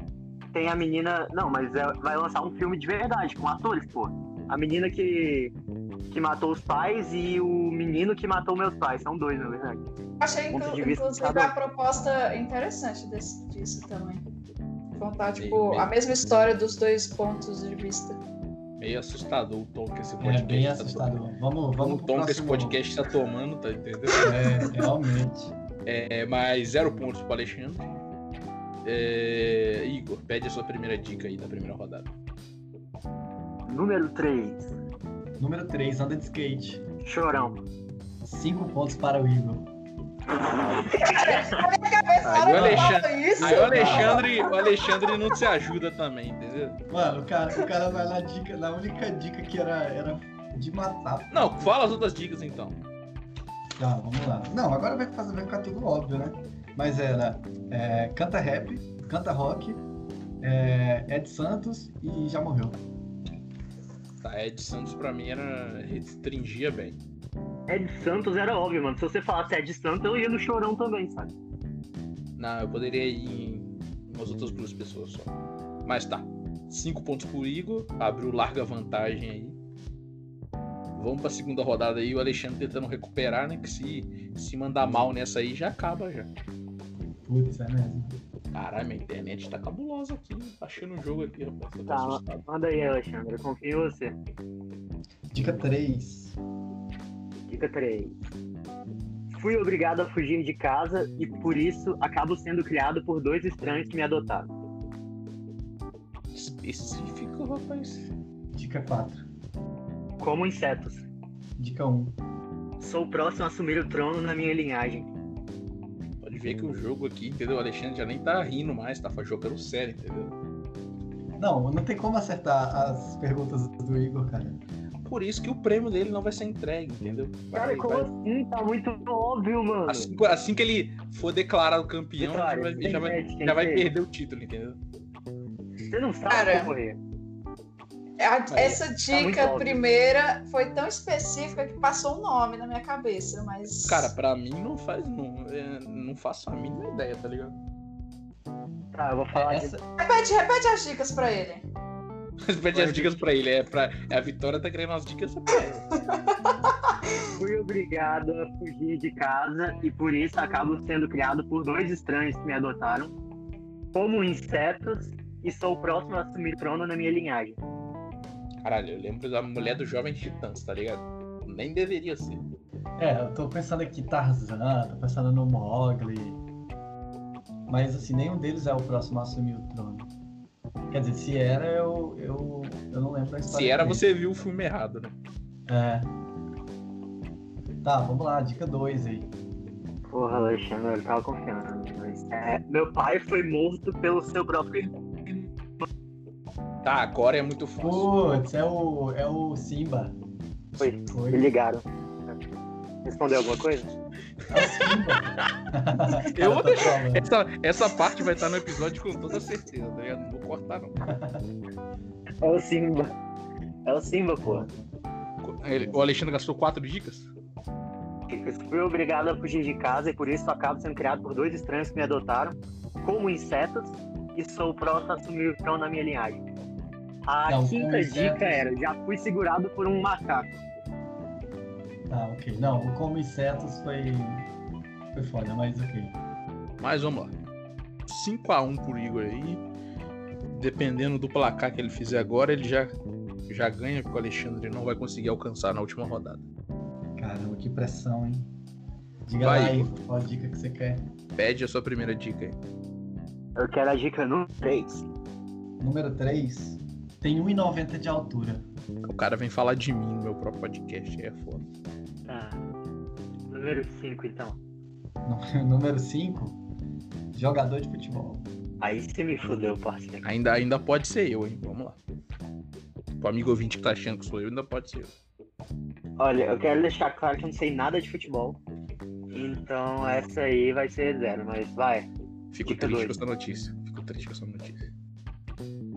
Speaker 4: Tem a menina. Não, mas é- vai lançar um filme de verdade, com atores, pô. A menina que. que matou os pais e o menino que matou meus pais. São dois, na verdade.
Speaker 5: Achei,
Speaker 4: Ponto de
Speaker 5: inclu-
Speaker 4: vista de
Speaker 5: inclusive,
Speaker 4: cada um.
Speaker 5: a proposta interessante desse, disso também. Contar,
Speaker 2: Bem,
Speaker 5: tipo,
Speaker 2: bem.
Speaker 5: a mesma história dos dois pontos de vista.
Speaker 2: Meio assustador o tom que esse
Speaker 3: É
Speaker 2: podcast
Speaker 3: bem
Speaker 2: tá
Speaker 3: assustador. Vamos,
Speaker 2: tomando.
Speaker 3: vamos
Speaker 2: O
Speaker 3: pro
Speaker 2: tom que esse
Speaker 3: próximo.
Speaker 2: podcast tá tomando, tá entendendo?
Speaker 3: É, realmente.
Speaker 2: É, mais zero pontos pro Alexandre. É, Igor, pede a sua primeira dica aí da primeira rodada.
Speaker 4: Número 3.
Speaker 3: Número 3, anda de skate.
Speaker 4: Chorão.
Speaker 3: 5 pontos para o Igor.
Speaker 5: Cabeçada
Speaker 2: Aí o
Speaker 5: não
Speaker 2: Alexandre-
Speaker 5: fala isso.
Speaker 2: Aí o Alexandre, o Alexandre não se ajuda também, entendeu?
Speaker 3: Mano, o cara, o cara vai na dica, na única dica que era, era de matar.
Speaker 2: Não, fala as outras dicas então.
Speaker 3: Tá, vamos lá. Não, agora vai, fazer, vai ficar tudo óbvio, né? Mas era é, canta rap, canta rock, é, Ed Santos e já morreu.
Speaker 2: Tá, Ed Santos pra mim era. restringia bem.
Speaker 4: Ed Santos era óbvio, mano. Se você falasse Ed Santos, eu ia no chorão também, sabe?
Speaker 2: Não, eu poderia ir em umas outras duas pessoas só. Mas tá. Cinco pontos pro Igor, abriu larga vantagem aí. Vamos pra segunda rodada aí, o Alexandre tentando recuperar, né? Que se, se mandar mal nessa aí já acaba já.
Speaker 3: Putz, é mesmo.
Speaker 2: Caralho, minha internet tá cabulosa aqui. Tá achando um jogo aqui, rapaz. Eu tô
Speaker 4: Tá.
Speaker 2: assustado.
Speaker 4: Manda aí, Alexandre. Eu confio em você.
Speaker 3: Dica 3.
Speaker 4: Dica 3. Fui obrigado a fugir de casa e por isso acabo sendo criado por dois estranhos que me adotaram.
Speaker 2: Específico, rapaz.
Speaker 3: Dica 4.
Speaker 4: Como insetos.
Speaker 3: Dica 1.
Speaker 4: Sou o próximo a assumir o trono na minha linhagem.
Speaker 2: Pode ver que o jogo aqui, entendeu? O Alexandre já nem tá rindo mais, tá jogando sério, entendeu?
Speaker 3: Não, não tem como acertar as perguntas do Igor, cara.
Speaker 2: Por isso que o prêmio dele não vai ser entregue, entendeu?
Speaker 4: Cara,
Speaker 2: Vai-
Speaker 4: como
Speaker 2: vai-
Speaker 4: assim? Tá muito óbvio, mano.
Speaker 2: Assim, que- assim que ele for declarado campeão,
Speaker 4: Vitória,
Speaker 2: ele
Speaker 4: tem
Speaker 2: vai- já vai,
Speaker 4: crédito, é, tem
Speaker 2: já vai
Speaker 4: crédito.
Speaker 2: perder o título, entendeu?
Speaker 4: Você não sabe
Speaker 5: Cara.
Speaker 4: correr.
Speaker 5: A-
Speaker 2: Aí,
Speaker 5: essa
Speaker 4: tá muito
Speaker 5: dica
Speaker 4: óbvio.
Speaker 5: primeira foi tão específica que passou um nome na minha cabeça, mas.
Speaker 2: Cara, pra mim não faz. Não, é, não faço a mínima ideia, tá ligado?
Speaker 4: Tá, eu vou falar
Speaker 3: Essa,
Speaker 5: Repete, repete as dicas pra ele.
Speaker 2: Mas pede as dicas pra ele. É pra, é a Vitória tá querendo as dicas pra ele.
Speaker 4: de fui obrigado a fugir de casa e por isso acabo sendo criado por dois estranhos que me adotaram. Como insetos e sou o próximo a assumir o trono na minha linhagem.
Speaker 2: Caralho, eu lembro da mulher do Jovem Titãs, tá ligado? Nem deveria ser.
Speaker 3: É, eu tô pensando aqui Tarzan, tô pensando no Mogli. Mas assim, nenhum deles é o próximo a assumir o trono. Quer dizer, se era, eu, eu, eu não lembro a história.
Speaker 2: Se era,
Speaker 3: dele.
Speaker 2: você viu o filme errado, né?
Speaker 3: É. Tá, vamos lá, dica 2 aí.
Speaker 4: Porra, Alexandre, eu tava confiando. Mas... É, meu pai foi morto pelo seu próprio irmão.
Speaker 2: Tá, agora é muito fácil.
Speaker 3: Putz, é o, é o Simba.
Speaker 4: Foi.
Speaker 3: Foi.
Speaker 4: Me ligaram. Respondeu alguma coisa?
Speaker 3: É o Simba.
Speaker 2: Eu vou
Speaker 3: Cara, tá falando.
Speaker 2: Essa, essa parte vai estar no episódio com toda certeza, tá ligado? Não vou cortar, não.
Speaker 4: É o Simba. É o Simba, pô.
Speaker 2: Ele- O Alexandre gastou quatro dicas?
Speaker 4: Fui obrigado a fugir de casa e por isso acabo sendo criado por dois estranhos que me adotaram, como insetos, e sou o próximo a assumir o trono na minha linhagem. A
Speaker 3: Não, como
Speaker 4: quinta
Speaker 3: insetos-
Speaker 4: dica era: já fui segurado por um macaco.
Speaker 3: Tá, ok. Não, o Como Insetos foi. Foi foda, mas ok.
Speaker 2: Mas vamos lá. 5x1 pro Igor aí. Dependendo do placar que ele fizer agora, ele já, já ganha, porque o Alexandre não vai conseguir alcançar na última rodada.
Speaker 3: Caramba, que pressão, hein? Diga
Speaker 2: Vai,
Speaker 3: lá, Igor, qual a dica que você quer?
Speaker 2: Pede a sua primeira dica aí.
Speaker 4: Eu quero a dica número 3.
Speaker 3: Número 3 tem 1,90 de altura.
Speaker 2: O cara vem falar de mim no meu próprio podcast, aí é foda.
Speaker 4: Tá. Número 5, então.
Speaker 3: Nú- Número 5, jogador de futebol.
Speaker 4: Aí você me fudeu, parceiro.
Speaker 2: Ainda, ainda pode ser eu, hein? Vamos lá. Pro amigo ouvinte que tá achando que sou eu, ainda pode ser eu.
Speaker 4: Olha, eu quero deixar claro que eu não sei nada de futebol. Então essa aí vai ser zero, mas vai.
Speaker 2: Fico
Speaker 4: Dica
Speaker 2: triste
Speaker 4: dois.
Speaker 2: com essa notícia.
Speaker 1: Fico triste com essa notícia.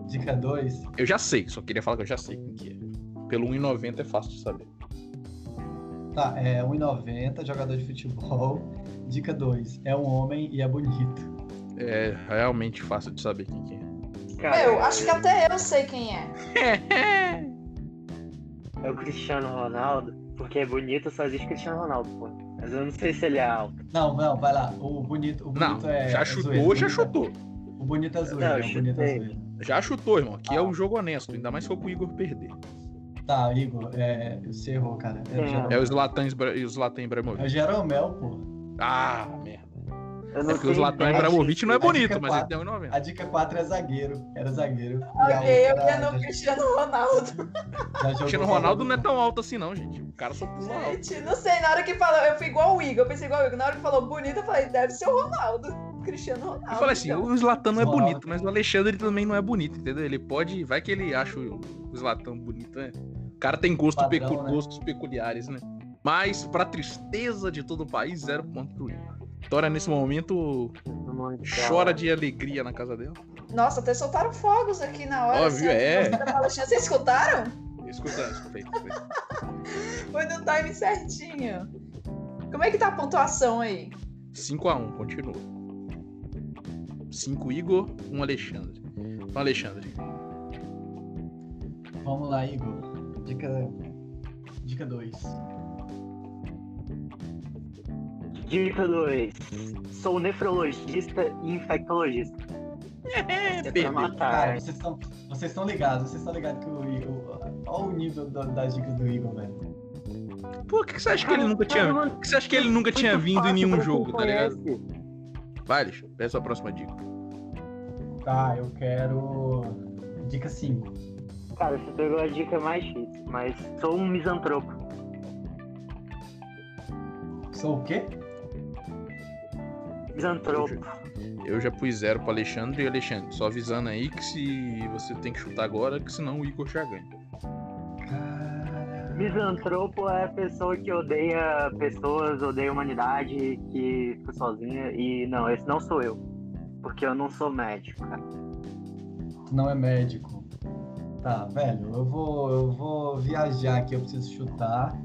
Speaker 3: Dica 2.
Speaker 2: Eu já sei, só queria falar que eu já sei o que é. Pelo 1,90 é fácil de saber.
Speaker 3: Tá, é 1,90, jogador de futebol. Dica 2. É um homem e é bonito.
Speaker 2: É realmente fácil de saber quem que é.
Speaker 5: Meu, acho que até eu sei quem é.
Speaker 4: É o Cristiano Ronaldo, porque é bonito, só existe Cristiano Ronaldo, pô. Mas eu não sei se ele é alto.
Speaker 3: Não, não, vai lá. O bonito, o
Speaker 2: Não,
Speaker 3: bonito é.
Speaker 2: já
Speaker 3: é
Speaker 2: chutou,
Speaker 3: zoeira.
Speaker 2: já
Speaker 3: O bonito-
Speaker 2: chutou.
Speaker 3: O bonito é zoeiro,
Speaker 4: Não,
Speaker 3: é
Speaker 4: eu
Speaker 3: o bonito é
Speaker 4: chutei.
Speaker 3: zoeiro.
Speaker 2: Já chutou, irmão. Aqui é
Speaker 3: Ah.
Speaker 2: um jogo honesto, ainda mais se for pro Igor perder.
Speaker 3: Tá, Igor, é, você errou, cara. É, o
Speaker 4: É.
Speaker 3: Jeromel.
Speaker 2: É o Zlatan, Ibra- o Zlatan
Speaker 3: É o
Speaker 2: Ibrahimovic.
Speaker 3: Jeromel, pô.
Speaker 2: Ah, merda.
Speaker 4: Eu não
Speaker 2: É porque o
Speaker 4: tenho
Speaker 2: Zlatan
Speaker 4: ideia.
Speaker 2: Ibrahimovic não é
Speaker 3: Aí fica
Speaker 2: bonito, mas ele tem
Speaker 3: A
Speaker 2: 1,90.
Speaker 3: dica 4 é zagueiro. Era zagueiro. E a
Speaker 5: Ok, eu
Speaker 3: outra
Speaker 5: ia no
Speaker 3: já-
Speaker 5: Cristiano Ronaldo.
Speaker 3: já jogou
Speaker 2: Cristiano
Speaker 3: bola.
Speaker 2: Ronaldo não é tão alto assim, não, gente. O cara só pula
Speaker 3: é
Speaker 2: alto.
Speaker 5: Gente, não sei, na hora que falou, eu fui igual o Igor, eu pensei igual o Igor. Na hora que falou bonito, eu falei, deve ser o Ronaldo. Cristiano Ronaldo.
Speaker 2: Eu falei assim,
Speaker 5: então.
Speaker 2: o Zlatan não é
Speaker 3: Ronaldo
Speaker 2: bonito, mas o Alexandre também não é bonito, entendeu? Ele pode, vai que ele acha o o Zlatan bonito, né? O cara tem gosto
Speaker 3: Padrão,
Speaker 2: pecu-
Speaker 3: né?
Speaker 2: gostos peculiares, né? Mas, pra tristeza de todo o país, zero ponto pro Igor. Vitória, nesse momento,
Speaker 3: Tá.
Speaker 2: chora de alegria na casa dela.
Speaker 5: Nossa, até soltaram fogos aqui na hora.
Speaker 2: Óbvio,
Speaker 5: sabe?
Speaker 2: é.
Speaker 5: Você tá falando, Vocês escutaram?
Speaker 2: Escuta, escuta aí. escuta aí.
Speaker 5: Foi no time certinho. Como é que tá a pontuação aí?
Speaker 2: 5x1, continua. 5 Igor, 1 Alexandre. Então, Alexandre,
Speaker 3: Vamos lá, Igor. Dica. Dica 2.
Speaker 4: Dica 2. Sou nefrologista e infectologista. É, pra
Speaker 2: bebê.
Speaker 4: matar.
Speaker 3: Cara, vocês estão vocês estão ligados, vocês estão ligados que o Igor. Olha o nível da- das dicas do Igor, velho.
Speaker 2: por que que você acha que ele nunca tinha...
Speaker 4: Cara,
Speaker 2: Por que você acha que ele nunca tinha
Speaker 4: muito
Speaker 2: vindo em
Speaker 4: fácil
Speaker 2: nenhum
Speaker 4: pra quem
Speaker 2: jogo, tá ligado?
Speaker 4: conhece.
Speaker 2: Vai, Alexandre, peça a próxima dica.
Speaker 3: Tá, eu quero. Dica 5.
Speaker 4: Cara, você pegou a dica mais difícil, mas sou um misantropo.
Speaker 3: Sou o quê?
Speaker 4: Misantropo.
Speaker 2: Eu já pus zero pro Alexandre e Alexandre, só avisando aí que se você tem que chutar agora, que senão o Igor já ganha.
Speaker 3: Cara.
Speaker 4: Misantropo é a pessoa que odeia pessoas, odeia a humanidade, que fica sozinha. E não, esse não sou eu. Porque eu não sou médico, cara.
Speaker 3: Tu não é médico. Tá, velho, eu vou. Eu vou viajar aqui, eu preciso chutar.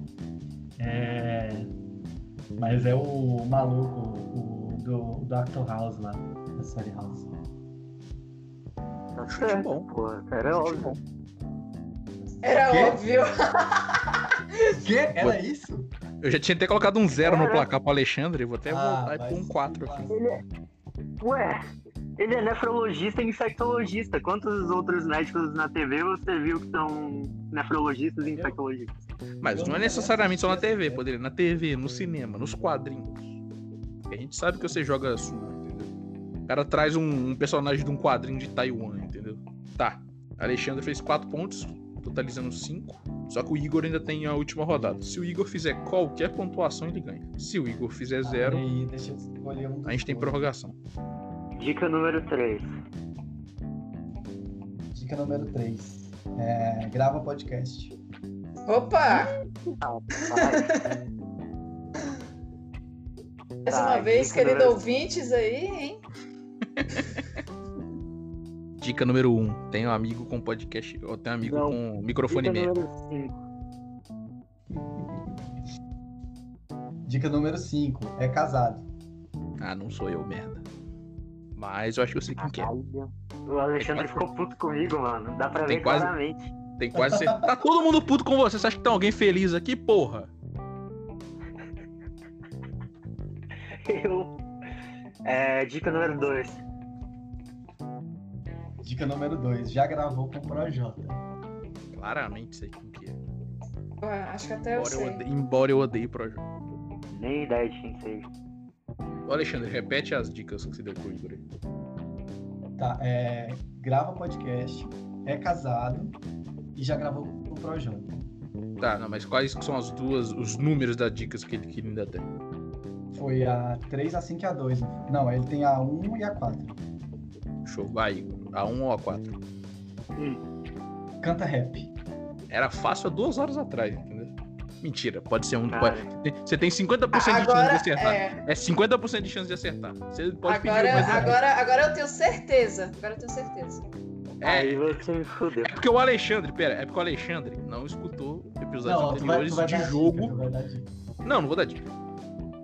Speaker 3: É. Mas é o maluco, o do, do Actor House lá. Da série House.
Speaker 4: Tá
Speaker 2: Chute
Speaker 4: certo,
Speaker 2: bom.
Speaker 4: Pô, era
Speaker 2: Chute
Speaker 4: óbvio.
Speaker 5: Era
Speaker 3: Quê?
Speaker 5: óbvio.
Speaker 3: Quê? Era isso?
Speaker 2: Eu já tinha até colocado um zero no
Speaker 4: Caraca.
Speaker 2: placar pro Alexandre, vou até
Speaker 3: Ah,
Speaker 2: voltar e
Speaker 3: vai
Speaker 2: pôr um
Speaker 3: se
Speaker 2: 4 aqui.
Speaker 3: lascar.
Speaker 4: Ele é... Ué, ele é nefrologista e infectologista. Quantos outros médicos na TV você viu que são nefrologistas e infectologistas?
Speaker 2: Mas
Speaker 3: Eu
Speaker 2: não é
Speaker 3: não
Speaker 2: necessariamente só na
Speaker 3: quero saber.
Speaker 2: TV, poderia na TV, no cinema, nos quadrinhos. Porque A gente sabe que você joga sua, entendeu? O cara traz um, um personagem de um quadrinho de Taiwan, entendeu? Tá. Alexandre fez 4 pontos, totalizando 5. Só que o Igor ainda tem a última rodada. Se o Igor fizer qualquer pontuação, ele ganha. Se o Igor fizer zero,
Speaker 3: Aí, deixa eu escolher um dos
Speaker 2: a gente tem
Speaker 3: dois.
Speaker 2: prorrogação.
Speaker 4: Dica número 3.
Speaker 3: Dica número 3. É, grava podcast.
Speaker 5: Opa! Mais uma
Speaker 4: Tá,
Speaker 5: vez,
Speaker 4: dica
Speaker 5: querido
Speaker 4: número-
Speaker 5: ouvintes aí, hein?
Speaker 2: Dica número 1. Um, tem um amigo com podcast. Ou tem um amigo
Speaker 4: Não.
Speaker 2: com
Speaker 4: Dica
Speaker 2: microfone médio.
Speaker 4: número 5.
Speaker 3: Dica número 5. É casado.
Speaker 2: Ah, não sou eu, merda. Mas eu acho que eu sei quem que é.
Speaker 4: O Alexandre ficou puto comigo, mano. Dá pra
Speaker 2: Tem
Speaker 4: ver
Speaker 2: quase-
Speaker 4: claramente.
Speaker 2: Tem quase certeza. Tá todo mundo puto com você. Você acha que tem alguém feliz aqui, porra?
Speaker 4: Eu... É, dica número 2.
Speaker 3: Dica número 2. Já gravou com o Projota.
Speaker 2: Claramente sei quem que é.
Speaker 5: Ué, Ah, acho que até eu
Speaker 2: Embora eu
Speaker 5: sei.
Speaker 2: odeie, embora eu odeie o projeto.
Speaker 4: Nem ideia de quem seja.
Speaker 2: Ô, Alexandre, repete as dicas que você deu pro Igor aí.
Speaker 3: Tá, é, grava podcast. É casado. E já gravou com o Projota.
Speaker 2: Tá, não, mas quais que são as duas, os números das dicas que ele, que ele ainda tem?
Speaker 3: Foi a 3, a 5 e a 2. Não, foi? Não, ele tem a 1 e a 4.
Speaker 2: Show, vai, Igor. A 1 ou a 4?
Speaker 3: Canta rap.
Speaker 2: Era fácil há duas horas atrás, entendeu? Mentira, pode ser um.
Speaker 4: Cara.
Speaker 2: pode- tem- Você tem 50% de
Speaker 5: Agora,
Speaker 2: chance de acertar. É,
Speaker 5: é,
Speaker 2: 50% de chance de acertar. Você pode
Speaker 5: agora,
Speaker 2: pedir, mas é-
Speaker 5: agora, agora eu tenho certeza. Agora eu tenho certeza.
Speaker 2: é,
Speaker 4: Aí você me fodeu.
Speaker 2: É porque o Alexandre, pera, é porque o Alexandre não escutou episódios
Speaker 3: Não, tu vai,
Speaker 2: anteriores
Speaker 3: tu vai dar
Speaker 2: de
Speaker 3: dica,
Speaker 2: jogo.
Speaker 3: tu vai dar dica.
Speaker 2: Não, não vou dar dica.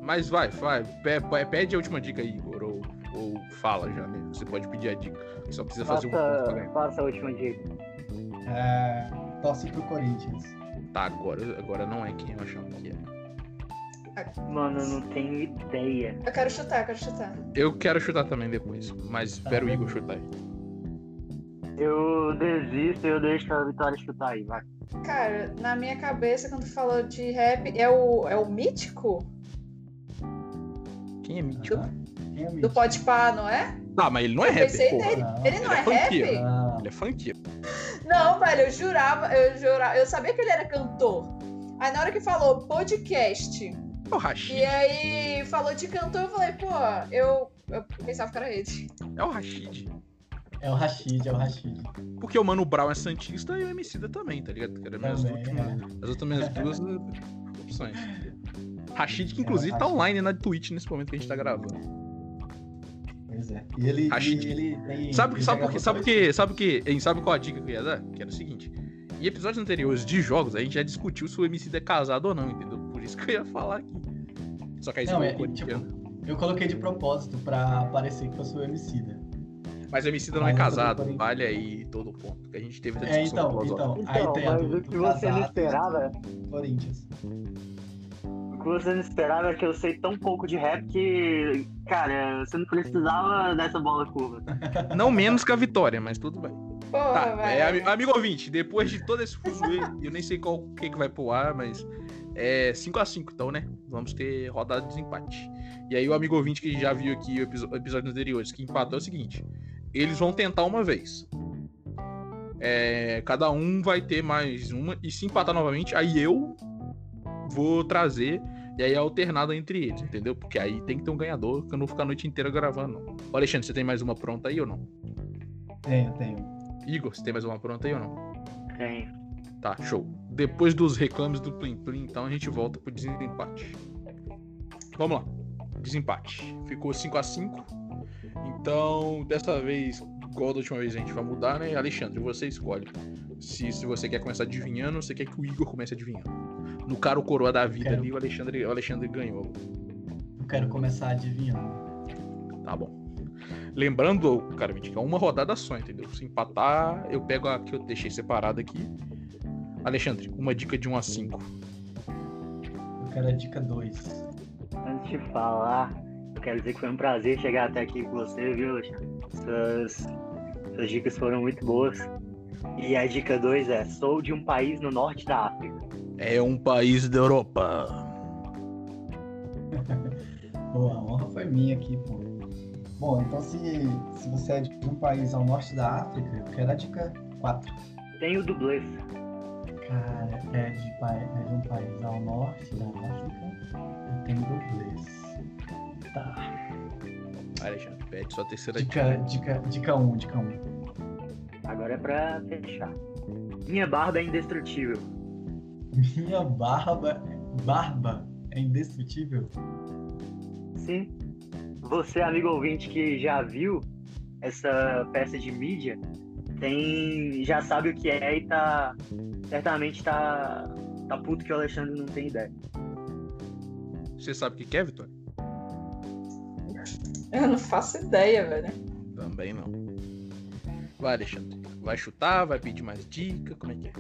Speaker 2: Mas vai, vai. pe- pe- Pede a última dica aí, Igor. Ou, ou fala já, né? Você pode pedir a dica. Só precisa
Speaker 5: Ah,
Speaker 2: fazer um
Speaker 5: tá.
Speaker 2: ponto pra
Speaker 4: Faça,
Speaker 2: ganhar.
Speaker 4: faça a última dica.
Speaker 3: É, torce pro Corinthians.
Speaker 2: Tá, agora, agora não é quem eu achava que é.
Speaker 4: Mano, eu não tenho ideia.
Speaker 5: Eu quero chutar, eu quero chutar.
Speaker 2: Eu quero chutar também depois, mas
Speaker 5: Tá.
Speaker 2: espero o Igor chutar aí.
Speaker 4: Eu desisto e eu deixo a Vitória chutar aí, vai.
Speaker 5: Cara, na minha cabeça, quando falou de rap, é o, é o mítico
Speaker 2: Quem é mítico?
Speaker 3: Aham. Quem é
Speaker 5: do
Speaker 3: mítico?
Speaker 5: Podpah, não é?
Speaker 2: Tá, mas ele não é
Speaker 5: Eu pensei
Speaker 2: rapper, porra.
Speaker 5: nele.
Speaker 3: Não, Ah,
Speaker 5: Ele não
Speaker 2: Ele
Speaker 5: é,
Speaker 2: é funkeiro.
Speaker 5: rap?
Speaker 3: não.
Speaker 2: Ele é funkeiro.
Speaker 5: Não, velho, eu jurava, eu jurava, eu sabia que ele era cantor. Aí na hora que falou podcast,
Speaker 2: É o Rashid.
Speaker 5: e aí falou de cantor, eu falei, pô, eu, eu pensava que era ele.
Speaker 2: É o Rashid.
Speaker 3: É o Rashid, é o Rashid.
Speaker 2: Porque o Mano Brown é Santista e o Emicida também, tá ligado? Que eram minhas
Speaker 3: Também,
Speaker 2: últimas-
Speaker 5: é.
Speaker 2: as outras minhas duas eh, opções. Rashid, que inclusive tá
Speaker 3: Rashid.
Speaker 2: online na Twitch nesse momento que a gente tá gravando.
Speaker 3: Pois é. E ele,
Speaker 2: Rashid.
Speaker 3: e ele tem.
Speaker 2: Sabe,
Speaker 3: ele
Speaker 2: sabe,
Speaker 3: pega
Speaker 2: por quê? sabe, por quê? sabe, que, sabe qual a dica que eu ia dar? Que era o seguinte. Em episódios anteriores de jogos, a gente já discutiu se o Emicida é casado ou não, entendeu? Por isso que eu ia falar aqui. Só que aí você
Speaker 3: Não,
Speaker 2: não,
Speaker 3: é,
Speaker 2: corintiano.
Speaker 3: Eu coloquei de propósito pra parecer que fosse o MC, né?
Speaker 2: Mas o Emicida não é
Speaker 3: Mas Ah, eu sou
Speaker 2: casado,
Speaker 3: corintiano.
Speaker 2: vale aí todo o ponto que a gente teve essa
Speaker 3: É,
Speaker 2: discussão
Speaker 3: então,
Speaker 2: filosófica.
Speaker 3: então. Aí
Speaker 4: Então,
Speaker 3: tem a
Speaker 4: mas
Speaker 3: do,
Speaker 4: o
Speaker 3: do né?
Speaker 4: que você não
Speaker 3: casado,
Speaker 4: esperava,
Speaker 3: Corinthians.
Speaker 4: o que você não esperava é que eu sei tão pouco de rap que, cara, você não precisava dessa bola curva.
Speaker 3: então.
Speaker 2: Não menos que a vitória, mas tudo bem.
Speaker 5: Porra,
Speaker 2: Tá, é, ami-
Speaker 5: velho.
Speaker 2: amigo ouvinte, depois de todo esse fuzuê, eu nem sei qual que, que vai pro ar, mas é 5x5, então, né? Vamos ter rodada de desempate. E aí, o amigo ouvinte que já viu aqui o episo- episódios anteriores, que empatou, é o seguinte: eles vão tentar uma vez. É, cada um vai ter mais uma, e se empatar novamente, aí eu vou trazer, e aí é alternada entre eles, entendeu? Porque aí tem que ter um ganhador, que eu não vou ficar a noite inteira gravando. não. Ô, Alexandre, você tem mais uma pronta aí ou não?
Speaker 3: Tenho, tenho.
Speaker 2: Igor, você tem mais uma pronta aí ou não?
Speaker 4: Tem.
Speaker 2: Tá, show. Depois dos reclames do Plim Plim, então a gente volta pro desempate. Vamos lá. Desempate. Ficou 5x5. Então, dessa vez, igual da última vez, a gente vai mudar, né? Alexandre, você escolhe. Se, se você quer começar adivinhando, você quer que o Igor comece adivinhando. No cara o coroa da vida
Speaker 3: Quero.
Speaker 2: ali, o Alexandre, o Alexandre ganhou.
Speaker 3: Eu quero começar adivinhando.
Speaker 2: Tá bom. Lembrando, cara, mentira, que é uma rodada só, entendeu? Se empatar, eu pego a que eu deixei separada aqui. Alexandre, uma dica de 1 a 5.
Speaker 3: Eu quero a dica 2.
Speaker 4: Antes de falar, eu quero dizer que foi um prazer chegar até aqui com você, viu, Alexandre? Suas, suas dicas foram muito boas. E a dica 2 é: sou de um país no norte da África.
Speaker 2: É um país da Europa.
Speaker 3: Pô, a honra foi minha aqui, pô. Bom, então se, se você é de um país ao norte da África, eu quero a dica 4.
Speaker 4: Tenho dublês.
Speaker 3: Cara, é de, pa- é de um país ao norte da África e tem dublês. Tá.
Speaker 2: Alexandre, pede sua terceira dica.
Speaker 3: Dica, dica, dica 1, um, dica 1. Um.
Speaker 4: Agora é pra fechar. Minha barba é indestrutível.
Speaker 3: Minha barba, barba é indestrutível?
Speaker 4: Sim. Você, amigo ouvinte que já viu essa peça de mídia, tem já sabe o que é e tá certamente tá tá puto que o Alexandre não tem ideia.
Speaker 2: Você sabe o que que é, Vitória?
Speaker 5: Eu não faço ideia, velho.
Speaker 2: Também não. Vai, Alexandre. Vai chutar, vai pedir mais dica, como é que é?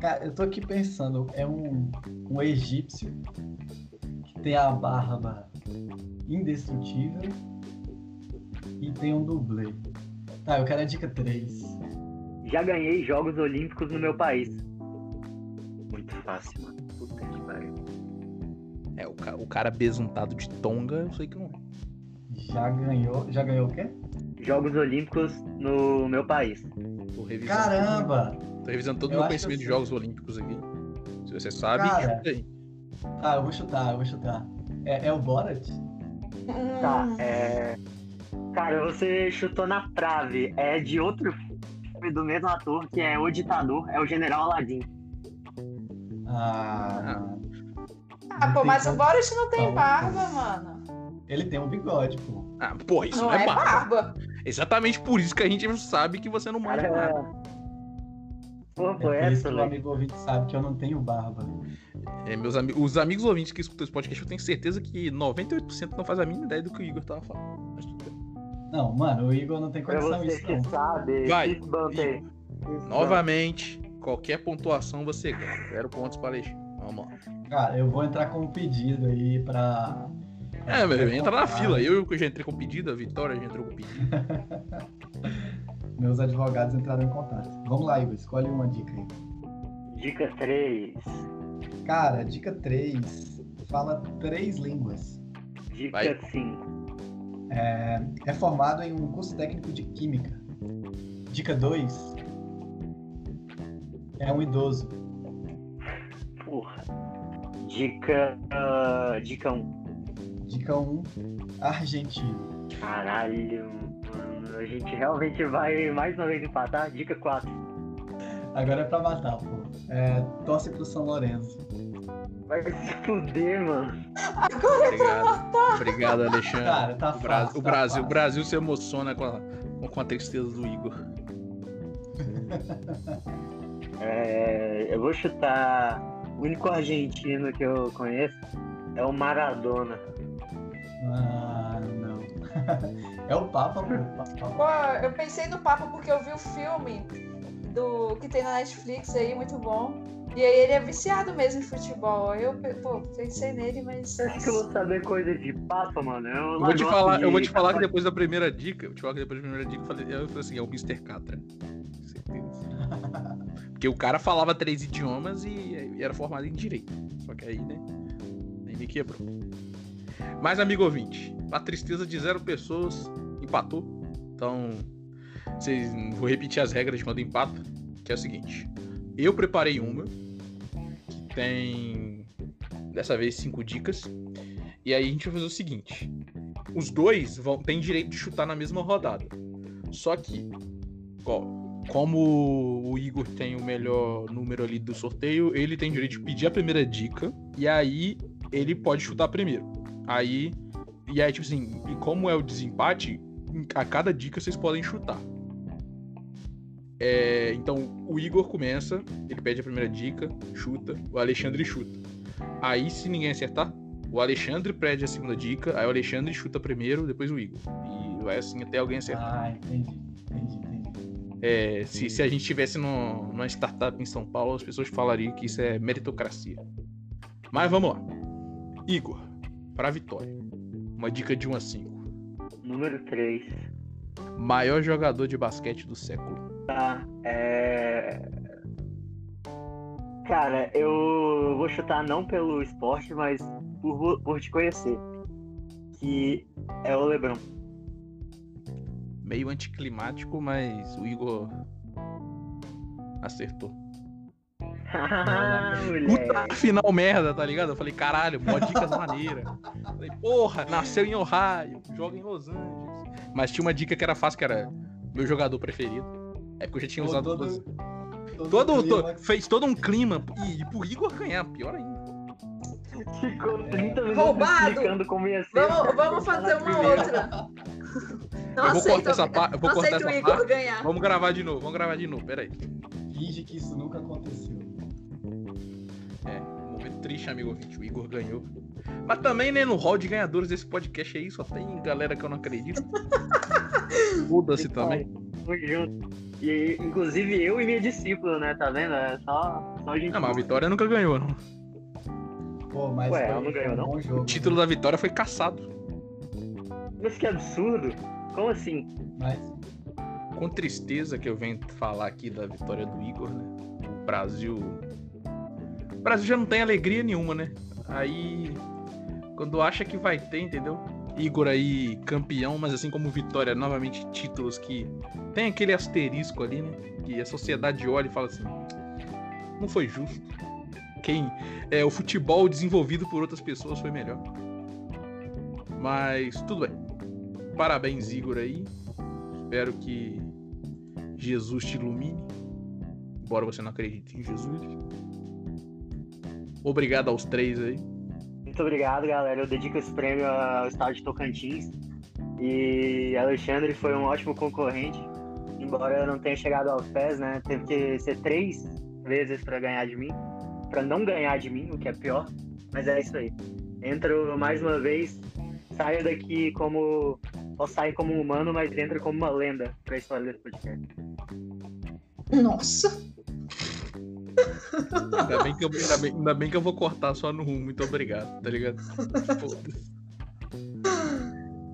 Speaker 3: Cara, eu tô aqui pensando, é um, um egípcio que tem a barba indestrutível e tem um dublê. Tá, eu quero a dica 3.
Speaker 4: Já ganhei jogos olímpicos no meu país. Muito fácil, mano. Puta que pariu.
Speaker 2: É, o, ca- o cara besuntado de tonga, eu sei que não é.
Speaker 3: Já ganhou. Já ganhou o quê?
Speaker 4: Jogos olímpicos no meu país.
Speaker 2: Tô revisando,
Speaker 3: Caramba!
Speaker 2: tô revisando todo o
Speaker 3: Eu
Speaker 2: meu
Speaker 3: acho que
Speaker 2: conhecimento de
Speaker 3: eu sei.
Speaker 2: Jogos Olímpicos aqui. Se você sabe,
Speaker 3: Cara.
Speaker 2: chuta aí.
Speaker 3: Tá, eu vou chutar, eu vou chutar. É, é o Borat?
Speaker 5: Hum,
Speaker 4: Tá, é. Cara, você chutou na trave. É de outro filme do mesmo ator que é O Ditador, é o General Aladdin.
Speaker 3: Ah,
Speaker 5: Ah, pô,
Speaker 3: tem
Speaker 5: mas o
Speaker 3: como-
Speaker 5: Boris não tem
Speaker 4: Então,
Speaker 3: Não.
Speaker 5: barba, mano.
Speaker 3: Ele tem um bigode, pô.
Speaker 2: Ah, pô, isso
Speaker 5: Não é barba.
Speaker 2: Exatamente por isso que a gente sabe que você não manja nada.
Speaker 4: Porra,
Speaker 3: É por
Speaker 4: foi
Speaker 3: isso
Speaker 4: essa,
Speaker 3: que o
Speaker 4: né?
Speaker 3: amigo ouvinte sabe que eu não tenho barba.
Speaker 2: É, meus ami- os amigos ouvintes que escutam esse podcast, eu tenho certeza que 98% não faz a mínima ideia do que o Igor tava falando. Mas tudo bem.
Speaker 3: Não, mano, o Igor não tem
Speaker 4: Pra
Speaker 3: condição
Speaker 4: você
Speaker 3: disso,
Speaker 4: que
Speaker 3: não.
Speaker 4: sabe,
Speaker 2: Vai,
Speaker 4: desbanta aí.
Speaker 2: Novamente, qualquer pontuação você ganha. Zero pontos para Alexandre. Vamos lá.
Speaker 4: é.
Speaker 3: Cara, eu vou entrar com um pedido aí pra.
Speaker 2: É, meu, entra na
Speaker 3: advogados,
Speaker 2: fila. Eu que já entrei com pedido, a Vitória já entrou com pedido.
Speaker 3: Meus advogados entraram em contato. Vamos lá, Igor, escolhe uma dica aí.
Speaker 4: Dica 3.
Speaker 3: Cara, dica 3. Fala três línguas.
Speaker 2: Vai.
Speaker 4: Dica 5.
Speaker 3: É formado em um curso técnico de química. Dica 2. É um idoso.
Speaker 4: Porra. Dica. ah, dica 1.
Speaker 3: Dica 1. Um, argentino.
Speaker 4: Caralho, mano. A gente realmente vai mais uma vez empatar. Dica 4.
Speaker 3: Agora é pra matar, pô. É, torce pro São Lourenço.
Speaker 4: Vai se fuder, mano.
Speaker 2: Obrigado. Obrigado, Alexandre.
Speaker 3: Cara, tá
Speaker 2: É, o Brasil, o,
Speaker 3: fácil, tá
Speaker 2: Brasil,
Speaker 3: fácil.
Speaker 2: o Brasil se emociona com a, com a tristeza do Igor.
Speaker 4: É, eu vou chutar. O único argentino que eu conheço é o Maradona.
Speaker 3: Ah, não. é o Papa, pô. Papa.
Speaker 5: Pô, eu pensei no Papa porque eu vi o filme do que tem na Netflix aí, muito bom. E aí ele é viciado mesmo em futebol. Aí Eu pe- pô, pensei nele, mas.
Speaker 4: Você acha que eu vou saber coisa de papa, mano? É um Eu,
Speaker 2: Eu
Speaker 4: não
Speaker 2: vou te
Speaker 4: gosto
Speaker 2: falar,
Speaker 4: de-
Speaker 2: eu vou te falar que depois da primeira dica, eu te falar que depois da primeira dica, eu falei, eu falei assim, é o Mr. Catra. Certeza. Porque o cara falava três idiomas e, e era formado em direito. Só que aí, né? Aí me quebrou. Mas, amigo ouvinte, a tristeza de zero pessoas empatou. Então, vocês, vou repetir as regras de quando empata, que é o seguinte. Eu preparei uma que tem dessa vez cinco dicas. E aí a gente vai fazer o seguinte. Os dois vão, têm direito de chutar na mesma rodada. Só que, ó, como o Igor tem o melhor número ali do sorteio, ele tem direito de pedir a primeira dica e aí ele pode chutar primeiro. Aí, e aí, tipo assim, e como é o desempate, em- a cada dica vocês podem chutar. É, então o Igor começa, ele pede a primeira dica, chuta, o Alexandre chuta. Aí, se ninguém acertar, o Alexandre pede a segunda dica, aí o Alexandre chuta primeiro, depois o Igor. E vai assim até alguém acertar.
Speaker 3: Ah, entendi. Entendi, entendi.
Speaker 2: É, se, se a gente estivesse num- numa startup em São Paulo, as pessoas falariam que isso é meritocracia. Mas vamos lá. Igor, pra vitória. Uma dica de 1 a 5.
Speaker 4: Número 3.
Speaker 2: Maior jogador de basquete do século.
Speaker 4: Tá. É. Cara, eu vou chutar não pelo esporte, mas por, por te conhecer. Que é o Lebron.
Speaker 2: Meio anticlimático, mas o Igor acertou.
Speaker 4: Ah,
Speaker 2: Puta
Speaker 4: moleque.
Speaker 2: final merda, tá ligado? Eu falei, caralho, mó dicas maneira. Falei, porra, nasceu em Ohio, joga em Los Angeles. Mas tinha uma dica que era fácil, que era meu jogador preferido. É porque eu já tinha usado todas. Todo, to-
Speaker 3: clima-
Speaker 2: fez todo um clima. E, e pro Igor ganhar, pior ainda.
Speaker 4: Ficou 30 minutos
Speaker 5: Roubado.
Speaker 4: explicando como ia ser.
Speaker 5: Vamos, vamos fazer uma outra. Não
Speaker 2: eu vou
Speaker 5: aceito,
Speaker 2: cortar essa parte. Eu vou
Speaker 5: não
Speaker 2: cortar
Speaker 5: aceito então, o
Speaker 2: essa
Speaker 5: Igor
Speaker 2: parte.
Speaker 5: ganhar.
Speaker 2: Vamos gravar de novo, vamos gravar de novo. Pera aí.
Speaker 3: Finge que isso nunca aconteceu.
Speaker 2: É, um momento triste, amigo ouvinte. O Igor ganhou. Mas também, né, no hall de ganhadores desse podcast aí, só tem galera que eu não acredito. Foda-se também.
Speaker 4: Tamo junto. E, inclusive eu e minha discípula, né? Tá vendo? É só, só gente.
Speaker 2: Ah, mas a vitória nunca ganhou, não.
Speaker 3: Pô, mas
Speaker 4: Ué,
Speaker 3: foi,
Speaker 4: ela
Speaker 3: foi
Speaker 4: não ganhou,
Speaker 3: um
Speaker 4: não?
Speaker 3: bom
Speaker 2: O
Speaker 3: jogo.
Speaker 2: título da vitória foi caçado.
Speaker 4: Mas que absurdo. Como assim?
Speaker 3: Mas
Speaker 2: Com tristeza que eu venho falar aqui da vitória do Igor, né? O Brasil. O Brasil já não tem alegria nenhuma, né? Aí. Quando acha que vai ter, entendeu? Igor aí, campeão, mas assim como vitória, novamente títulos que. Tem aquele asterisco ali, né? Que a sociedade olha e fala assim. Não foi justo. Quem. É, o futebol desenvolvido por outras pessoas foi melhor. Mas tudo bem. Parabéns, Igor aí. Espero que Jesus te ilumine. Embora você não acredite em Jesus. Obrigado aos três aí.
Speaker 4: Muito obrigado, galera. Eu dedico esse prêmio ao estado de Tocantins. E Alexandre foi um ótimo concorrente. Embora eu não tenha chegado ao FES, né? Teve que ser três vezes para ganhar de mim. para não ganhar de mim, o que é pior. Mas é isso aí. Entro mais uma vez. Saio daqui como. Só saio como um humano, mas entro como uma lenda pra história desse podcast.
Speaker 5: Nossa!
Speaker 2: Ainda bem, que eu, ainda, bem, ainda bem que eu vou cortar só no rumo, muito obrigado, tá ligado? Foda-se.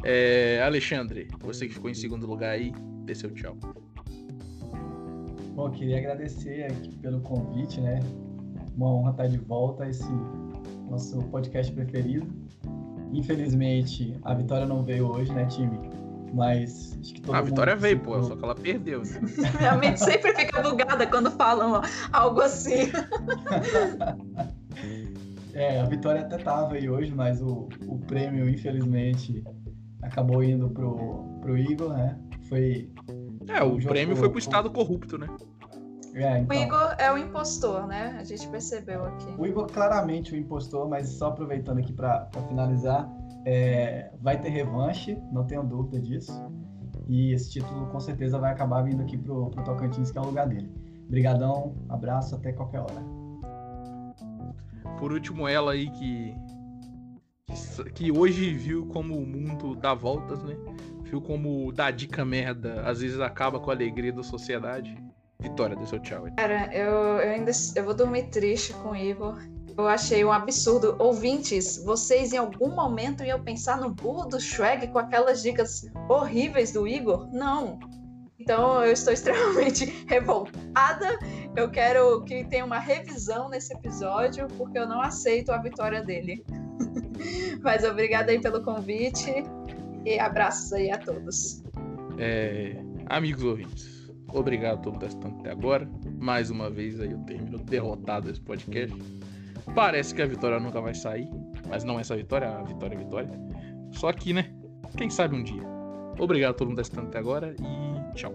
Speaker 2: É, Alexandre, você que ficou em segundo lugar aí, dê seu tchau.
Speaker 3: Bom, queria agradecer aqui pelo convite, né? Uma honra estar de volta a esse nosso podcast preferido. Infelizmente, a vitória não veio hoje, né, time? Mas acho que todo
Speaker 2: Ah, a
Speaker 3: mundo
Speaker 2: vitória veio,
Speaker 3: ficou-
Speaker 2: pô, só que ela perdeu. né?
Speaker 5: Minha mente sempre fica bugada quando falam algo assim.
Speaker 3: É, a vitória até tava aí hoje, mas o, o prêmio, infelizmente, acabou indo pro, pro Igor, né? Foi.
Speaker 2: É, o
Speaker 3: O jogo-
Speaker 2: prêmio foi pro Estado corrupto, né?
Speaker 3: É,
Speaker 5: O
Speaker 3: então,
Speaker 5: Igor é o impostor, né? A gente percebeu aqui.
Speaker 3: O Igor claramente o impostor, mas só aproveitando aqui para finalizar, é, vai ter revanche, não tenho dúvida disso. E esse título com certeza vai acabar vindo aqui pro, pro Tocantins, que é o lugar dele. Brigadão, abraço, até qualquer hora.
Speaker 2: Por último, ela aí que. que s- Que hoje viu como o mundo dá voltas, né? Viu como dar dica merda às vezes acaba com a alegria da sociedade. Vitória, dê seu tchau. aí.
Speaker 5: Cara, eu, eu ainda eu vou dormir triste com o Igor. Eu achei um absurdo. Ouvintes, vocês em algum momento iam pensar no burro do Shrek com aquelas dicas horríveis do Igor? Não. Então eu estou extremamente revoltada. Eu quero que tenha uma revisão nesse episódio, porque eu não aceito a vitória dele. Mas obrigada aí pelo convite e abraços aí a todos.
Speaker 2: É, amigos ouvintes, obrigado a todo mundo que está assistindo até agora. Mais uma vez aí eu termino derrotado esse podcast. Parece que a vitória nunca vai sair, mas não essa vitória, a vitória é vitória. Só que, né? Quem tá sabe um dia. Obrigado a todo mundo que está assistindo até agora e tchau.